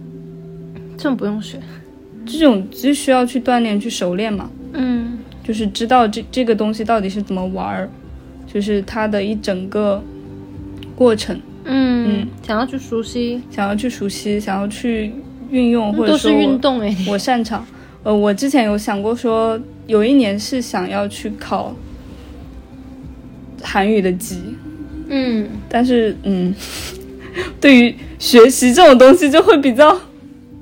这种不用学。
这种就需要去锻炼去熟练嘛。
嗯
就是知道这这个东西到底是怎么玩儿，就是它的一整个过程。
嗯，想要去熟悉，
想要去熟悉，想要去运用，或
嗯都
者
是
说
运
我
动哎。
我擅长。呃，我之前有想过说，有一年是想要去考韩语的级，
嗯，
但是嗯， 对于学习这种东西就会比较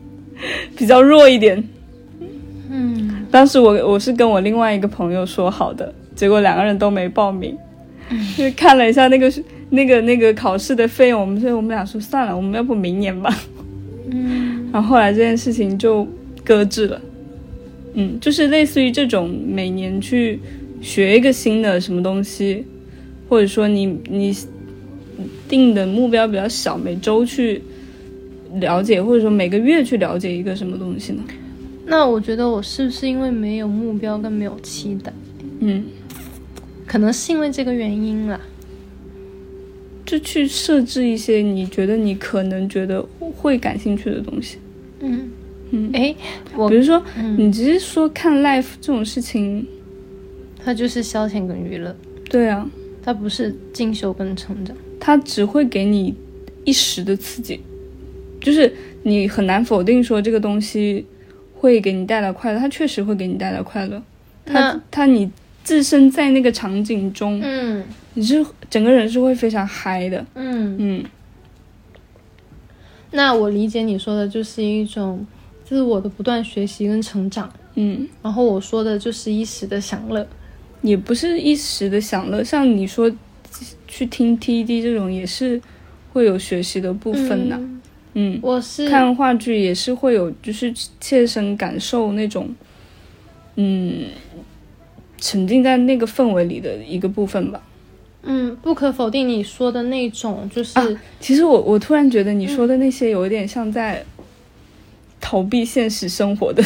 比较弱一点。
嗯，
当时我我是跟我另外一个朋友说好的，结果两个人都没报名，
嗯
因为看了一下那个那个那个考试的费用，我们所以我们俩说算了，我们要不明年吧。
嗯，
然后后来这件事情就搁置了。嗯，就是类似于这种每年去学一个新的什么东西，或者说你你定的目标比较小，每周去了解，或者说每个月去了解一个什么东西呢？
那我觉得我是不是因为没有目标跟没有期待，
嗯，
可能是因为这个原因啦。
就去设置一些你觉得你可能觉得会感兴趣的东西。
嗯
嗯
哎，我
比如说，
嗯，
你只是说看 life 这种事情，
它就是消遣跟娱乐，
对啊，
它不是进修跟成长。
它只会给你一时的刺激，就是你很难否定说这个东西会给你带来快乐，它确实会给你带来快乐。它
那
它你置身在那个场景中，
嗯
你是整个人是会非常嗨的。
嗯，
嗯
那我理解你说的就是一种自我的不断学习跟成长，
嗯，
然后我说的就是一时的享乐。
也不是一时的享乐，像你说去听 TED 这种也是会有学习的部分的。
嗯
嗯
我是
看话剧也是会有，就是切身感受那种，嗯，沉浸在那个氛围里的一个部分吧。
嗯，不可否定你说的那种，就是、
啊其实我我突然觉得你说的那些有一点像在逃避现实生活 的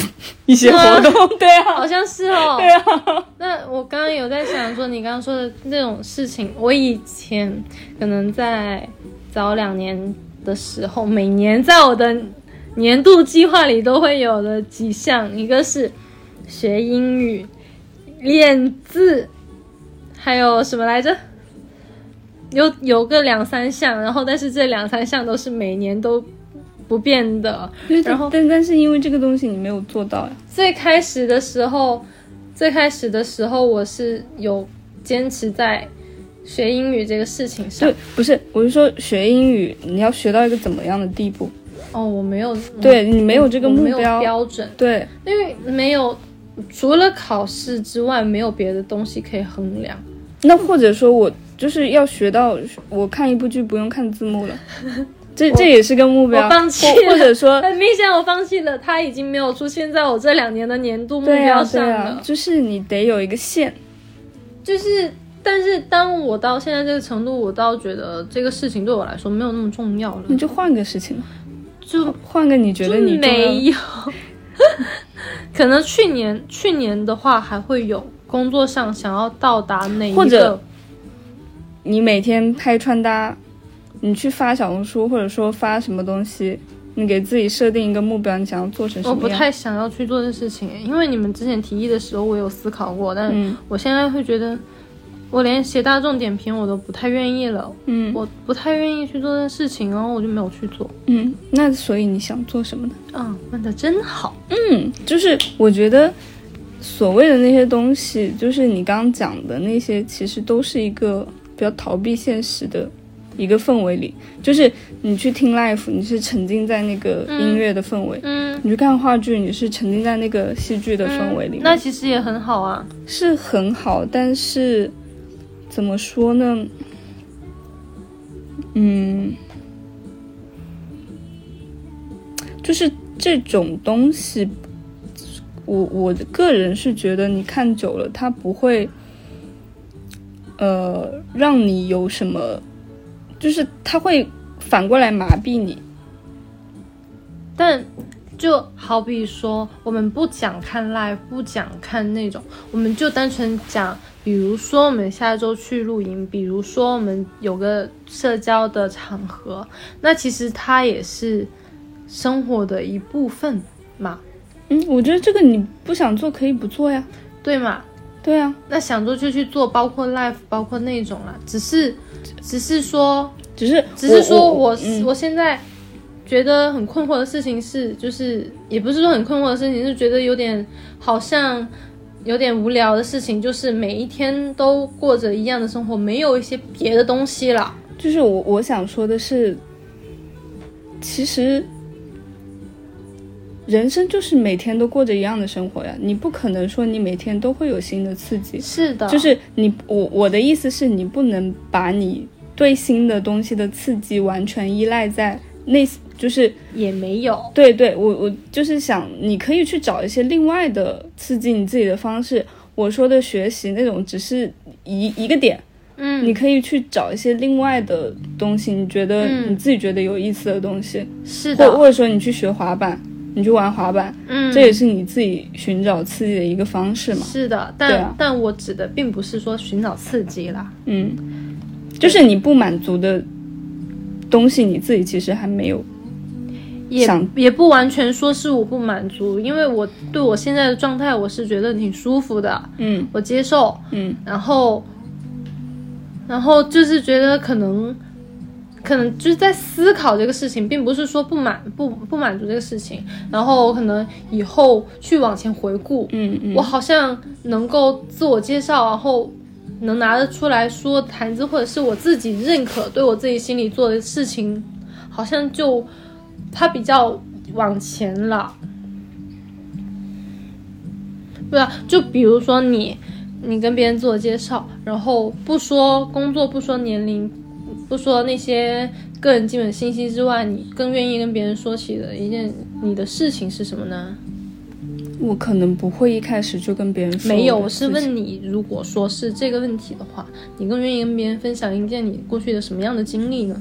一些活动，对
好
啊，
像是 哦。
对啊，
那我刚刚有在想说，你刚刚说的那种事情，我以前可能在早两年的时候，每年在我的年度计划里都会有的几项，一个是学英语、练字，还有什么来着？有有个两三项，然后但是这两三项都是每年都不变的。
就是
然后
但但是因为这个东西你没有做到呀，
最开始的时候，最开始的时候我是有坚持在学英语这个事情上
对。，不是，我是说学英语你要学到一个怎么样的地步？
哦，我没有，
对你嗯没有这
这
个目
没有
标，
标准，
对，
因为没有除了考试之外，没有别的东西可以衡量。
那或者说我就是要学到，我看一部剧不用看 字幕了，这这也是个目标。
我放弃
或或 者说，
很明显，我放弃了，它已经没有出现在我这两年的年度目
对呀、
标
对啊
上
呀、
了。
就是你得有一个线。
就是，但是当我到现在这个程度，我倒觉得这个事情对我来说没有那么重要了
你，就换个事情嘛，
就
换个你觉得你
就
重要的
没有， 可能去年去年的话还会有工作上想要到达哪一个，
或者你每天拍穿搭，你去发小红书或者说发什么东西，你给自己设定一个目标，你想要做成什
我
么
不
样？
太想要去做这事情，因为你们之前提议的时候我有思考过，但
嗯
我现在会觉得，我连写大众点评我都不太愿意了，
嗯
我不太愿意去做这事情，然后我就没有去做。
嗯，那所以你想做什么呢？
嗯，问的真好。
嗯，就是我觉得所谓的那些东西，就是你刚刚讲的那些，其实都是一个比较逃避现实的一个氛围里。就是你去听 l i f e 你是沉浸在那个音乐的氛围；
嗯，
你去看话剧，你是沉浸在那个戏剧的氛围里面，
嗯那其实也很好啊。
是很好。但是怎么说呢？嗯，就是这种东西，我我个人是觉得你看久了，它不会，呃，让你有什么，就是它会反过来麻痹你。
但就好比说，我们不讲看 live，不讲看那种，我们就单纯讲，比如说我们下周去露营，比如说我们有个社交的场合，那其实它也是生活的一部分嘛，
嗯，我觉得这个你不想做可以不做呀，
对嘛？
对啊呀，
那想做就去做，包括 live，包括那种啦，只是，只是说，
只是
只是说我我,、
嗯
现在觉得很困惑的事情是，就是也不是说很困惑的事情，是觉得有点好像有点无聊的事情，就是每一天都过着一样的生活，没有一些别的东西了。
就是我我想说的是，其实人生就是每天都过着一样的生活呀，你不可能说你每天都会有新的刺激。
是的，
就是你，我我的意思是你不能把你对新的东西的刺激完全依赖在那，就是
也没有，
对对，我我就是想，你可以去找一些另外的刺激你自己的方式。我说的学习那种只是一一个点，
嗯，
你可以去找一些另外的东西，你觉得、
嗯
你自己觉得有意思的东西，
是
或
的，
或者说你去学滑板，你去玩滑板，
嗯，
这也是你自己寻找刺激的一个方式嘛。
是的，
对
但、
啊
但我指的并不是说寻找刺激啦，
嗯，就是你不满足的东西，你自己其实还没有。
也
想
也不完全说是我不满足，因为我对我现在的状态我是觉得挺舒服的，
嗯
我接受，
嗯
然后，然后就是觉得可能，可能就是在思考这个事情，并不是说不满不不满足这个事情，然后可能以后去往前回顾，
嗯嗯，
我好像能够自我介绍，然后能拿得出来说谈资，或者是我自己认可对我自己心里做的事情，好像就它比较往前了。对啊，就比如说你，你跟别人自我介绍，然后不说工作，不说年龄，不说那些个人基本信息之外，你更愿意跟别人说起的一件你的事情是什么呢？
我可能不会一开始就跟别人说的事情。
没有，我是问你，如果说是这个问题的话，你更愿意跟别人分享一件你过去的什么样的经历呢？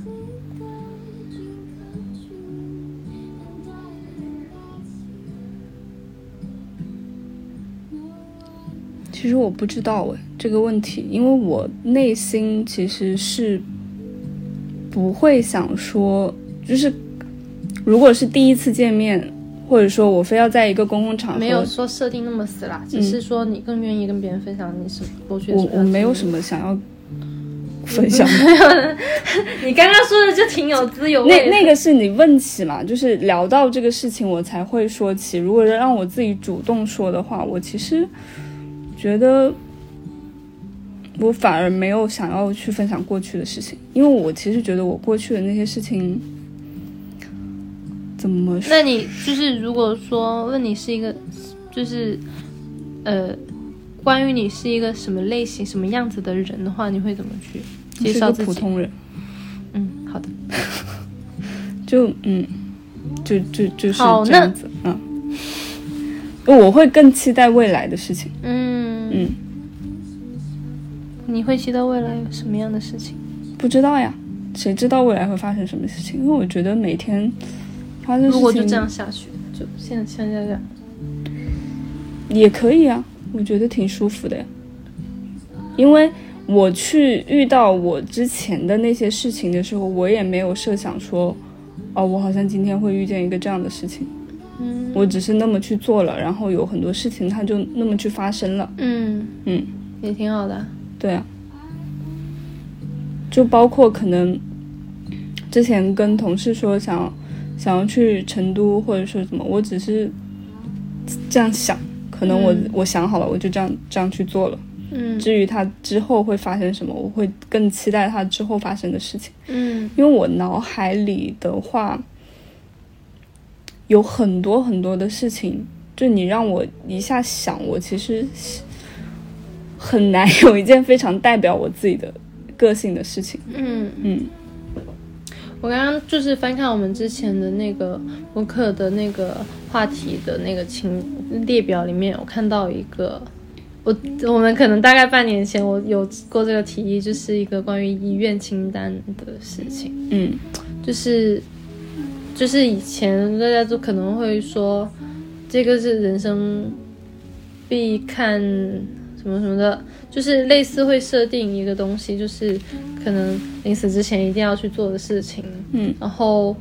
其实我不知道哎这个问题，因为我内心其实是不会想说，就是如果是第一次见面，或者说我非要在一个公共场合，
没有说设定那么死啦，只是说你更愿意跟别人分享你什么过去的
嗯我
什么样的
我没有
经
什么想要分享的。
历。你刚刚说的就挺有滋有
那
味的。
那个是你问起嘛，就是聊到这个事情我才会说起。如果让我自己主动说的话，我其实觉得我反而没有想要去分享过去的事情，因为我其实觉得我过去的那些事情怎么说？
那你就是如果说问你是一个，就是呃，关于你是一个什么类型、什么样子的人的话，你会怎么去介
是
绍
个
自
普
己？
通人，
嗯，好的。
就嗯，就就就是
好
这样子啊。我会更期待未来的事情，
嗯，
嗯，
你会期待未来有什么样的事情？
不知道呀，谁知道未来会发生什么事情？因为我觉得每天发生事情，
如果就这样下去，就现在现在这样，
也可以啊，我觉得挺舒服的呀。因为我去遇到我之前的那些事情的时候，我也没有设想说，哦，我好像今天会遇见一个这样的事情，
嗯
我只是那么去做了，然后有很多事情它就那么去发生了。
嗯
嗯，
也挺好的。
对啊，就包括可能之前跟同事说想要想要去成都或者说什么，我只是这样想，可能我、
嗯
我想好了，我就这样这样去做了。
嗯
至于它之后会发生什么，我会更期待它之后发生的事情，
嗯
因为我脑海里的话有很多很多的事情，就你让我一下想，我其实很难有一件非常代表我自己的个性的事情。
嗯，
嗯
我刚刚就是翻看我们之前的那个播客的那个话题的那个清列表里面，我看到一个。我我们可能大概半年前，我有过这个提议，就是一个关于医院清单的事情。
嗯
就是就是以前大家都可能会说，这个是人生必看什么什么的，就是类似会设定一个东西，就是可能临死之前一定要去做的事情，
嗯
然后。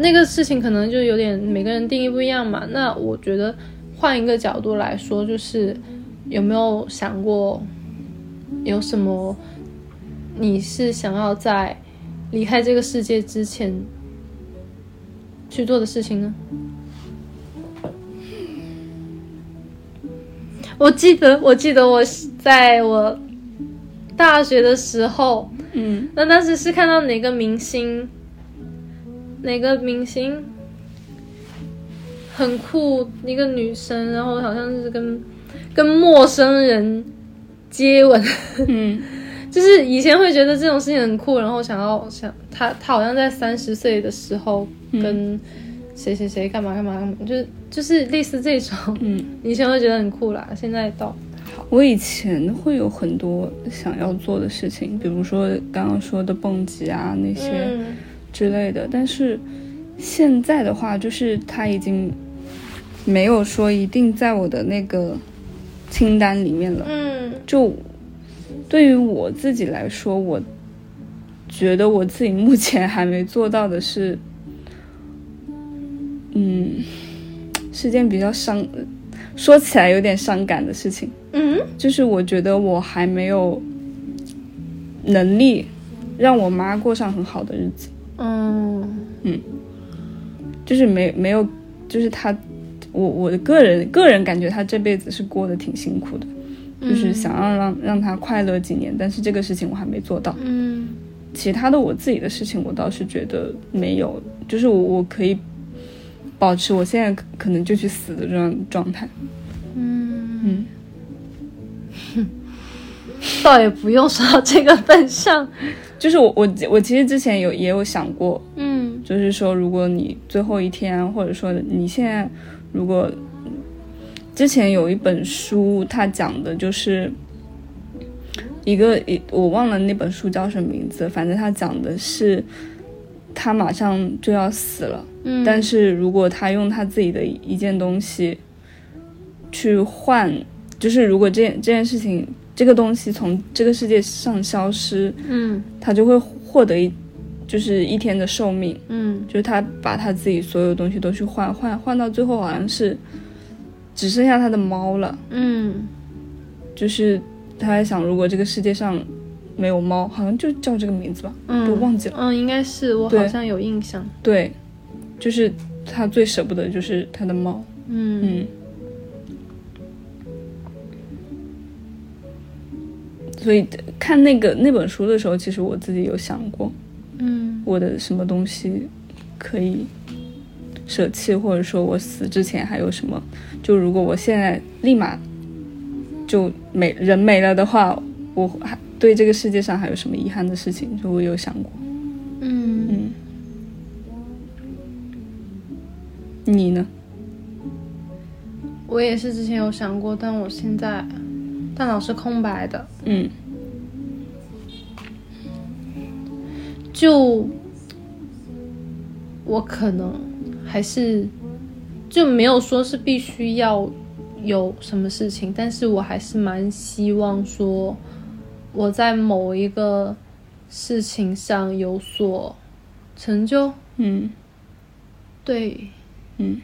那个事情可能就有点每个人定义不一样嘛。那我觉得换一个角度来说，就是有没有想过有什么你是想要在离开这个世界之前去做的事情呢？我记得，我记得我在我大学的时候，
嗯
那当时是看到哪个明星，哪个明星，很酷一个女生，然后好像是跟跟陌生人接吻，
嗯，
就是以前会觉得这种事情很酷，然后想要想他他好像在三十岁的时候
嗯
跟谁谁谁干嘛干嘛干嘛，就是就是类似这种，
嗯，
以前会觉得很酷啦，现在倒
我以前会有很多想要做的事情，比如说刚刚说的蹦极啊那些，
嗯
之类的。但是现在的话，就是他已经没有说一定在我的那个清单里面了。
嗯
就对于我自己来说，我觉得我自己目前还没做到的是，嗯，是件比较伤，说起来有点伤感的事情。
嗯
就是我觉得我还没有能力让我妈过上很好的日子。
嗯
就是没没有，就是他，我我的个人个人感觉他这辈子是过得挺辛苦的，
嗯
就是想要让让他快乐几年，但是这个事情我还没做到。
嗯
其他的我自己的事情，我倒是觉得没有，就是我我可以保持我现在可可能就去死的这样状态。
嗯，
嗯，
倒也不用说到这个份上，
就是我我我其实之前有也有想过，
嗯
就是说，如果你最后一天，或者说你现在，如果之前有一本书，它讲的就是一个一我忘了那本书叫什么名字，反正它讲的是他马上就要死了，
嗯，
但是如果他用他自己的一件东西去换，就是如果这件这件事情这个东西从这个世界上消失，
嗯
他就会获得一就是一天的寿命。
嗯
就是他把他自己所有东西都去换换换到最后好像是只剩下他的猫了，
嗯
就是他在想如果这个世界上没有猫，好像就叫这个名字吧，
嗯，
我忘记了。
嗯，应该是我好
对
像有印象，
对，就是他最舍不得就是他的猫，
嗯
嗯。所以看那个那本书的时候，其实我自己有想过，
嗯
我的什么东西可以舍弃，或者说我死之前还有什么？就如果我现在立马就没人没了的话，我还对这个世界上还有什么遗憾的事情？就我有想过。
嗯，
嗯，你呢？
我也是之前有想过，但我现在大脑是空白的，
嗯
就我可能还是就没有说是必须要有什么事情，但是我还是蛮希望说我在某一个事情上有所成就，
嗯
对，
嗯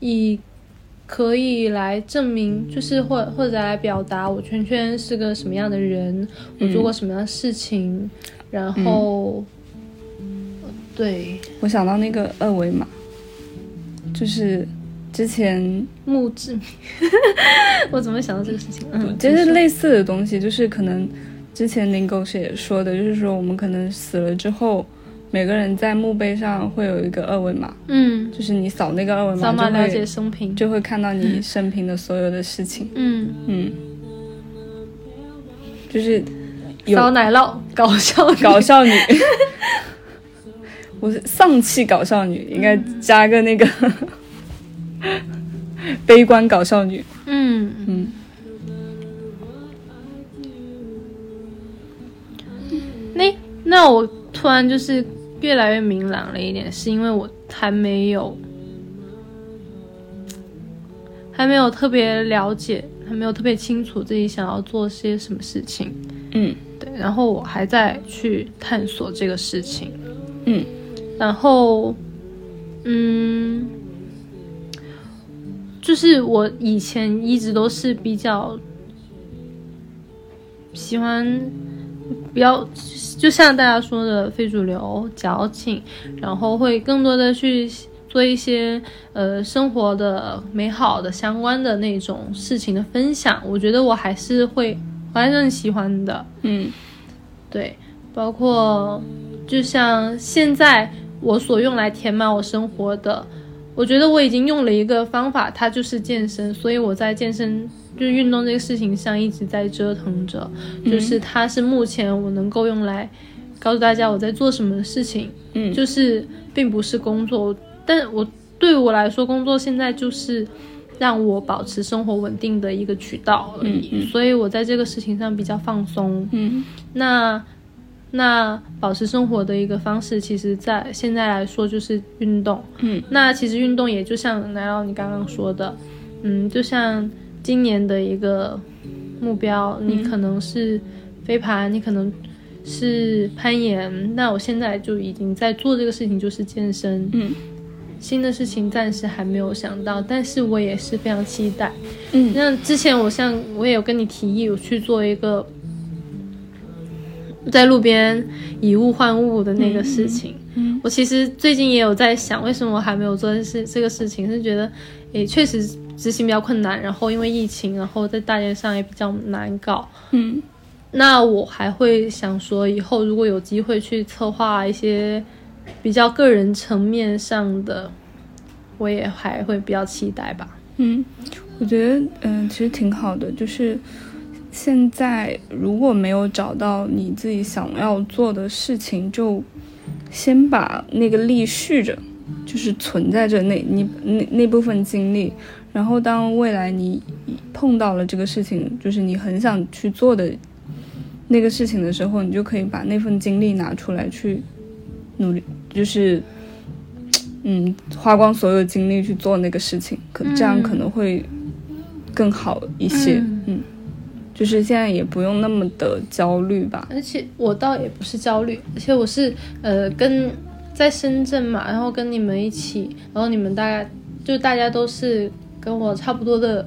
以可以来证明，
嗯
就是或或者来表达我圈圈是个什么样的人，
嗯
我做过什么样的事情，然后、
嗯
对
我想到那个二维码，就是之前
墓志铭， 我怎么会想到这个事情？嗯，
其实类似的东西，就是可能之前林狗是也说的，就是说我们可能死了之后，每个人在墓碑上会有一个二维码，
嗯，
就是你扫那个二维
扫
码
码
就
了解
会
生平，
就会看到你生平的所有的事情，
嗯，
嗯， 就是有
扫奶酪，搞笑女
搞笑女， 我是丧气搞笑女，应该加个那个 悲观搞笑女，
嗯，
嗯
那那我突然就是越来越明朗了一点，是因为我还没有还没有特别了解，还没有特别清楚自己想要做些什么事情。
嗯
对，然后我还在去探索这个事情。
嗯，
然后，嗯，就是我以前一直都是比较喜欢比较，就像大家说的非主流、矫情，然后会更多的去做一些呃生活的美好的相关的那种事情的分享。我觉得我还是会，我还是很喜欢的。
嗯
对，包括就像现在我所用来填满我生活的，我觉得我已经用了一个方法，它就是健身，所以我在健身就是运动这个事情上一直在折腾着，
嗯
就是它是目前我能够用来告诉大家我在做什么的事情，
嗯
就是并不是工作，但我对我来说，工作现在就是让我保持生活稳定的一个渠道而已，
嗯嗯
所以我在这个事情上比较放松，
嗯
那那保持生活的一个方式，其实在现在来说就是运动。
嗯，
那其实运动也就像奶酪你刚刚说的，嗯，就像今年的一个目标，你
嗯
可能是飞盘，你可能是攀岩。那我现在就已经在做这个事情，就是健身。
嗯
新的事情暂时还没有想到，但是我也是非常期待。
嗯
那之前我像我也有跟你提议，我去做一个在路边以物换物的那个事情。
嗯
我其实最近也有在想，为什么我还没有做这事这个事情？是觉得，诶，确实执行比较困难，然后因为疫情，然后在大街上也比较难搞。
嗯
那我还会想说，以后如果有机会去策划一些比较个人层面上的，我也还会比较期待吧。
嗯，我觉得嗯、其实挺好的，就是现在如果没有找到你自己想要做的事情，就先把那个力蓄着，就是存在着那你那那部分精力，然后当未来你碰到了这个事情，就是你很想去做的那个事情的时候，你就可以把那份精力拿出来去努力，就是。嗯，花光所有精力去做那个事情，可这样
嗯
可能会更好一些。
嗯
嗯，就是现在也不用那么的焦虑吧。
而且我倒也不是焦虑，而且我是呃跟在深圳嘛，然后跟你们一起，然后你们大概就大家都是跟我差不多的，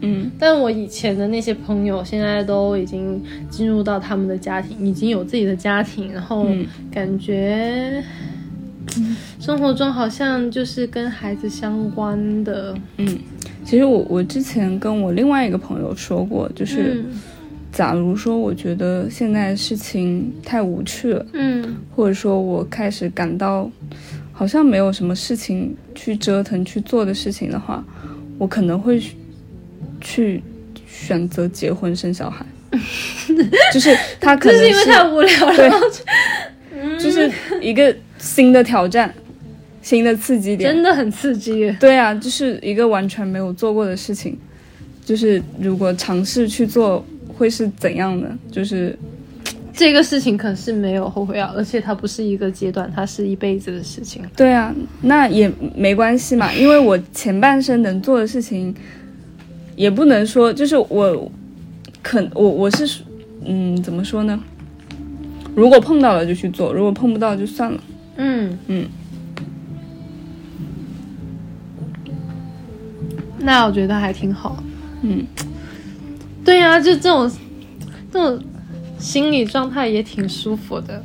嗯
但我以前的那些朋友现在都已经进入到他们的家庭，已经有自己的家庭，然后
嗯
感觉。生活中好像就是跟孩子相关的，
嗯，其实我我之前跟我另外一个朋友说过，就是
嗯
假如说我觉得现在事情太无趣了，
嗯
或者说我开始感到好像没有什么事情去折腾去做的事情的话，我可能会去选择结婚生 小孩。就是他可
就
能
是因为太无 聊了，
对
嗯
就是一个新的挑战，新的刺激点。
真的很刺激。
对啊，就是一个完全没有做过的事情，就是如果尝试去做，会是怎样的？就是
这个事情可是没有后悔药，而且它不是一个阶段，它是一辈子的事情。
对啊，那也没关系嘛，因为我前半生能做的事情，也不能说就是我，肯我我是属嗯怎么说呢？如果碰到了就去做，如果碰不到就算了。
嗯
嗯，
那我觉得还挺好。
嗯，
对呀、就这种这种心理状态也挺舒服的，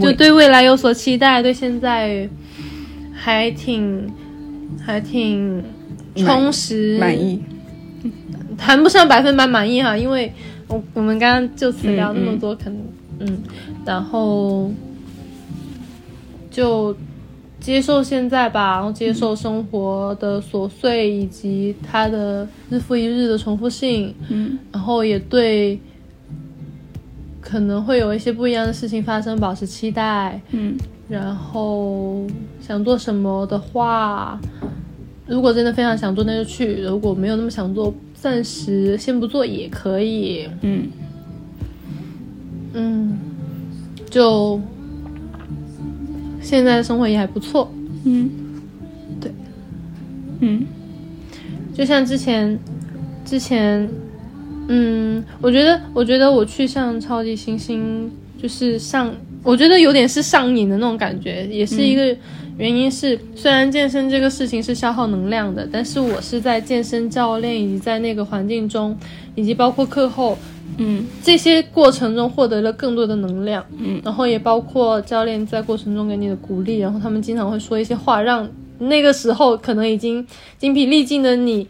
就对未来有所期待，对现在还挺还挺充实，
满意。
谈不上百分百满意哈，啊因为我我们刚刚就此聊那么多，可能嗯，然后就接受现在吧，然后接受生活的琐碎以及它的日复一日的重复性，
嗯
然后也对可能会有一些不一样的事情发生保持期待，
嗯
然后想做什么的话，如果真的非常想做，那就去；如果没有那么想做，暂时先不做也可以。
嗯
嗯，就现在的生活也还不错。
嗯，
对，
嗯
就像之前，之前，嗯，我觉得，我觉得我去上超级星星，就是上，我觉得有点是上瘾的那种感觉，也是一个原因是，虽然健身这个事情是消耗能量的，但是我是在健身教练以及在那个环境中，以及包括课后
嗯
这些过程中获得了更多的能量，
嗯
然后也包括教练在过程中给你的鼓励，然后他们经常会说一些话，让那个时候可能已经精疲力尽的你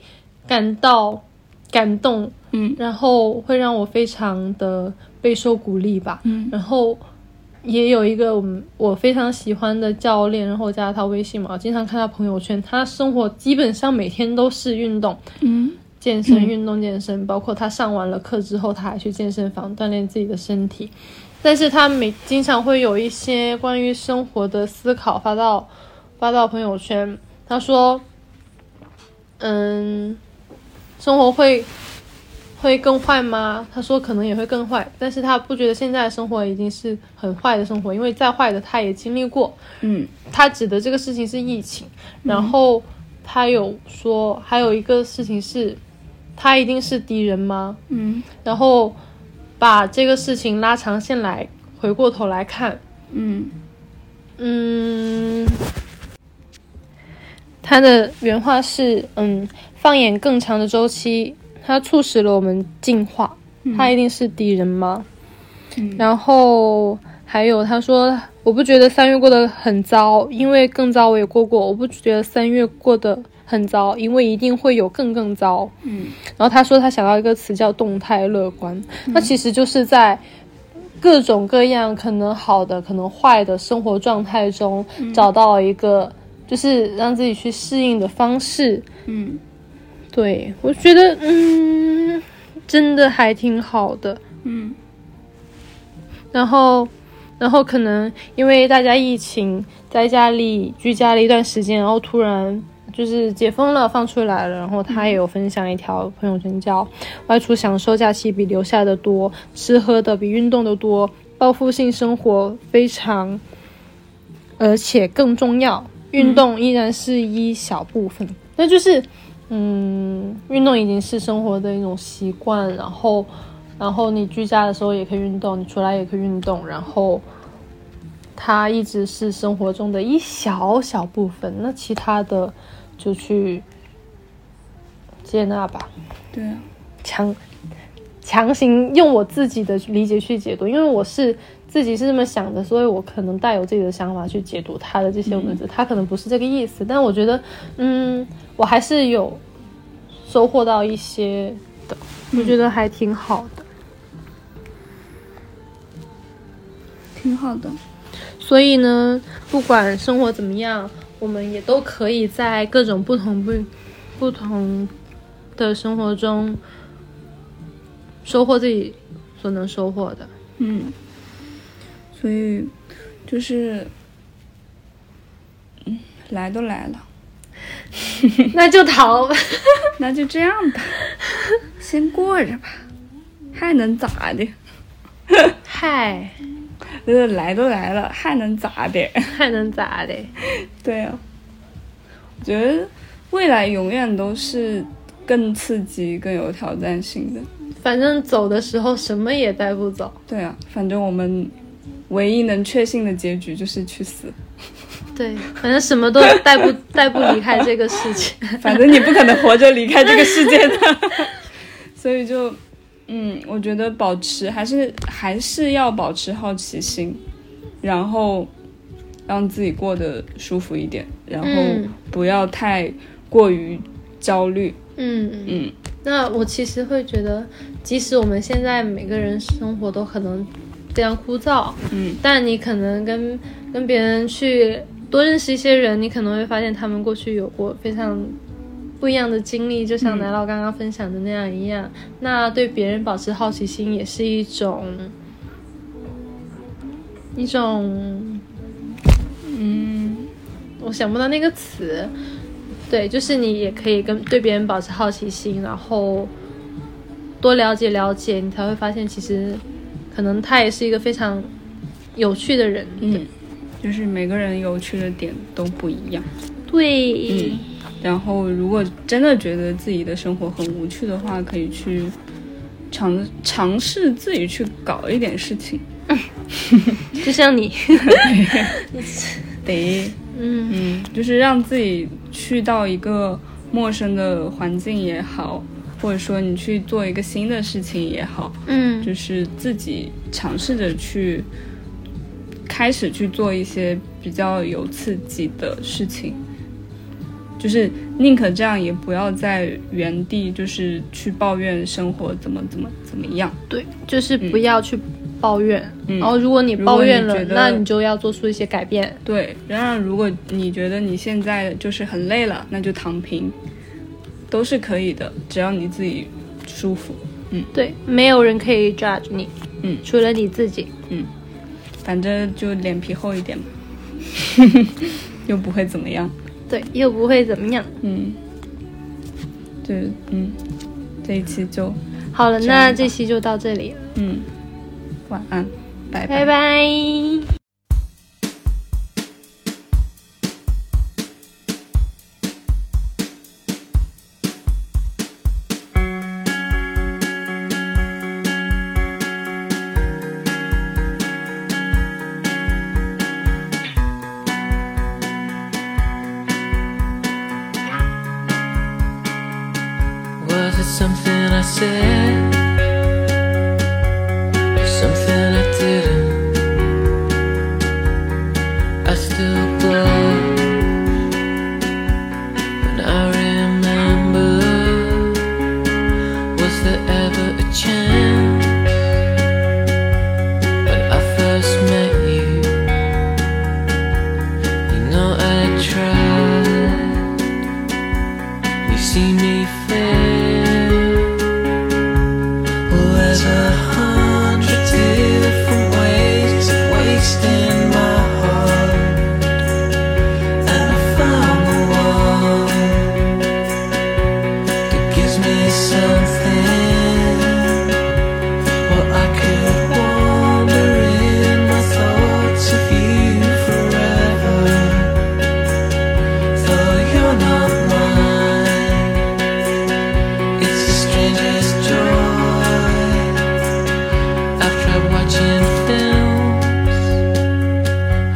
感到感动，
嗯
然后会让我非常的备受鼓励吧，
嗯
然后也有一个我们我非常喜欢的教练，然后我加了他微信嘛，我经常看他朋友圈，他生活基本上每天都是运动、
嗯
健身、运动、健身，包括他上完了课之后，他还去健身房锻炼自己的身体。但是他每经常会有一些关于生活的思考发到发到朋友圈，他说，嗯，生活会会更坏吗？他说可能也会更坏，但是他不觉得现在的生活已经是很坏的生活，因为再坏的他也经历过。
嗯
他指的这个事情是疫情，然后他有说还有一个事情是，他一定是敌人吗？
嗯
然后把这个事情拉长线来回过头来看，
嗯
嗯，他的原话是：嗯，放眼更长的周期，它促使了我们进化。它一定是敌人吗？
嗯
然后还有他说，我不觉得三月过得很糟，因为更糟我也过过。我不觉得三月过得很糟，因为一定会有更更糟。
嗯，
然后他说他想要一个词叫动态乐观，
嗯
那其实就是在各种各样可能好的、可能坏的生活状态中，找到一个就是让自己去适应的方式。
嗯
对我觉得，嗯，真的还挺好的。
嗯
然后，然后可能因为大家疫情在家里居家了一段时间，然后突然就是解封了，放出来了。然后他也有分享一条朋友圈，叫“外出享受假期比留下的多，吃喝的比运动的多，报复性生活非常，而且更重要，运动依然是一小部分。那就是，嗯，运动已经是生活的一种习惯，然后。然后你居家的时候也可以运动，你出来也可以运动，然后它一直是生活中的一小小部分，那其他的就去接纳吧，
对啊，
强强行用我自己的理解去解读，因为我是自己是这么想的，所以我可能带有自己的想法去解读他的这些文字，他可能不是这个意思，但我觉得，嗯，我还是有收获到一些的，我觉得还挺好的。
挺好的。
所以呢，不管生活怎么样，我们也都可以在各种不同不不同的生活中收获自己所能收获的。
嗯，所以就是，嗯，来都来了，
那就逃吧。
那就这样吧，先过着吧，还能咋的？
嗨，
呃，来都来了，还能咋的？
还能咋的？
对啊，我觉得未来永远都是更刺激、更有挑战性的。
反正走的时候什么也带不走。
对啊，反正我们唯一能确信的结局就是去死，
对，反正什么都带不带不离开这个世界。
反正你不可能活着离开这个世界的。 所以就，嗯，我觉得保持还是还是要保持好奇心，然后让自己过得舒服一点，然后
嗯
不要太过于焦虑。
嗯
嗯，
那我其实会觉得，即使我们现在每个人生活都可能非常枯燥，
嗯，
但你可能跟跟别人去多认识一些人，你可能会发现他们过去有过非常不一样的经历，就像南老刚刚分享的那样一样。那对别人保持好奇心也是一种一种，嗯，我想不到那个词。对，就是你也可以跟对别人保持好奇心，然后多了解了解，你才会发现其实可能他也是一个非常有趣的人。
嗯，就是每个人有趣的点都不一样。
对，
然后，如果真的觉得自己的生活很无趣的话，可以去尝尝试自己去搞一点事情。
就像你，
得，
嗯
嗯，就是让自己去到一个陌生的环境也好，或者说你去做一个新的事情也好，
嗯
就是自己尝试着去开始去做一些比较有刺激的事情，就是宁可这样，也不要在原地就是去抱怨生活怎么怎么怎么样。
对，就是不要去抱怨，
嗯
然后如果你抱怨
如
了
果，你觉得
那你就要做出一些改变。
对，然而如果你觉得你现在就是很累了，那就躺平，都是可以的，只要你自己舒服。
对，没有人可以 judge 你，
嗯
除了你自己。
反正就脸皮厚一点嘛， 又不会怎么样。
对，又不会怎么样。
嗯，对，嗯，这一期就
好了，
这样吧
那这期就到这里，
嗯，晚安，拜
拜拜。
Was it something I said? Or something I didn't? I still glow when I remember. Was there ever a chance when I first met you? You know I tried. You see me fail. Well, there's a hundred different ways of wasting my heart, and I found the one that gives me something. Well, I could wander in my thoughts of you forever. Though you're not mine, it's the strangest joy. I've tried watching films,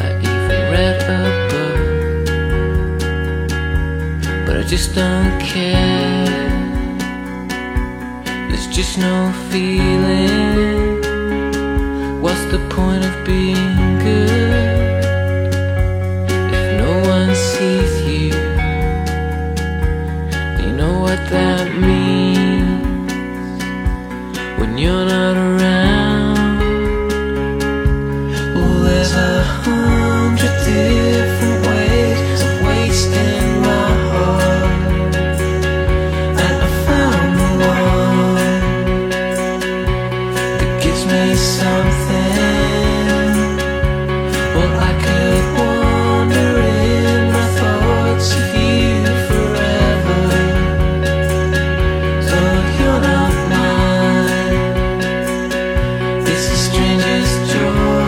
I even read a book, but I just don't care. There's just no feeling. What's the point of being good? If no one sees you, you know what that means. When you're not around, well, there's a hundred different ways of wasting my heart. And I found the one that gives me something. Well, I could wander in my thoughts of you forever. Though you're not mine, it's the strangest joy.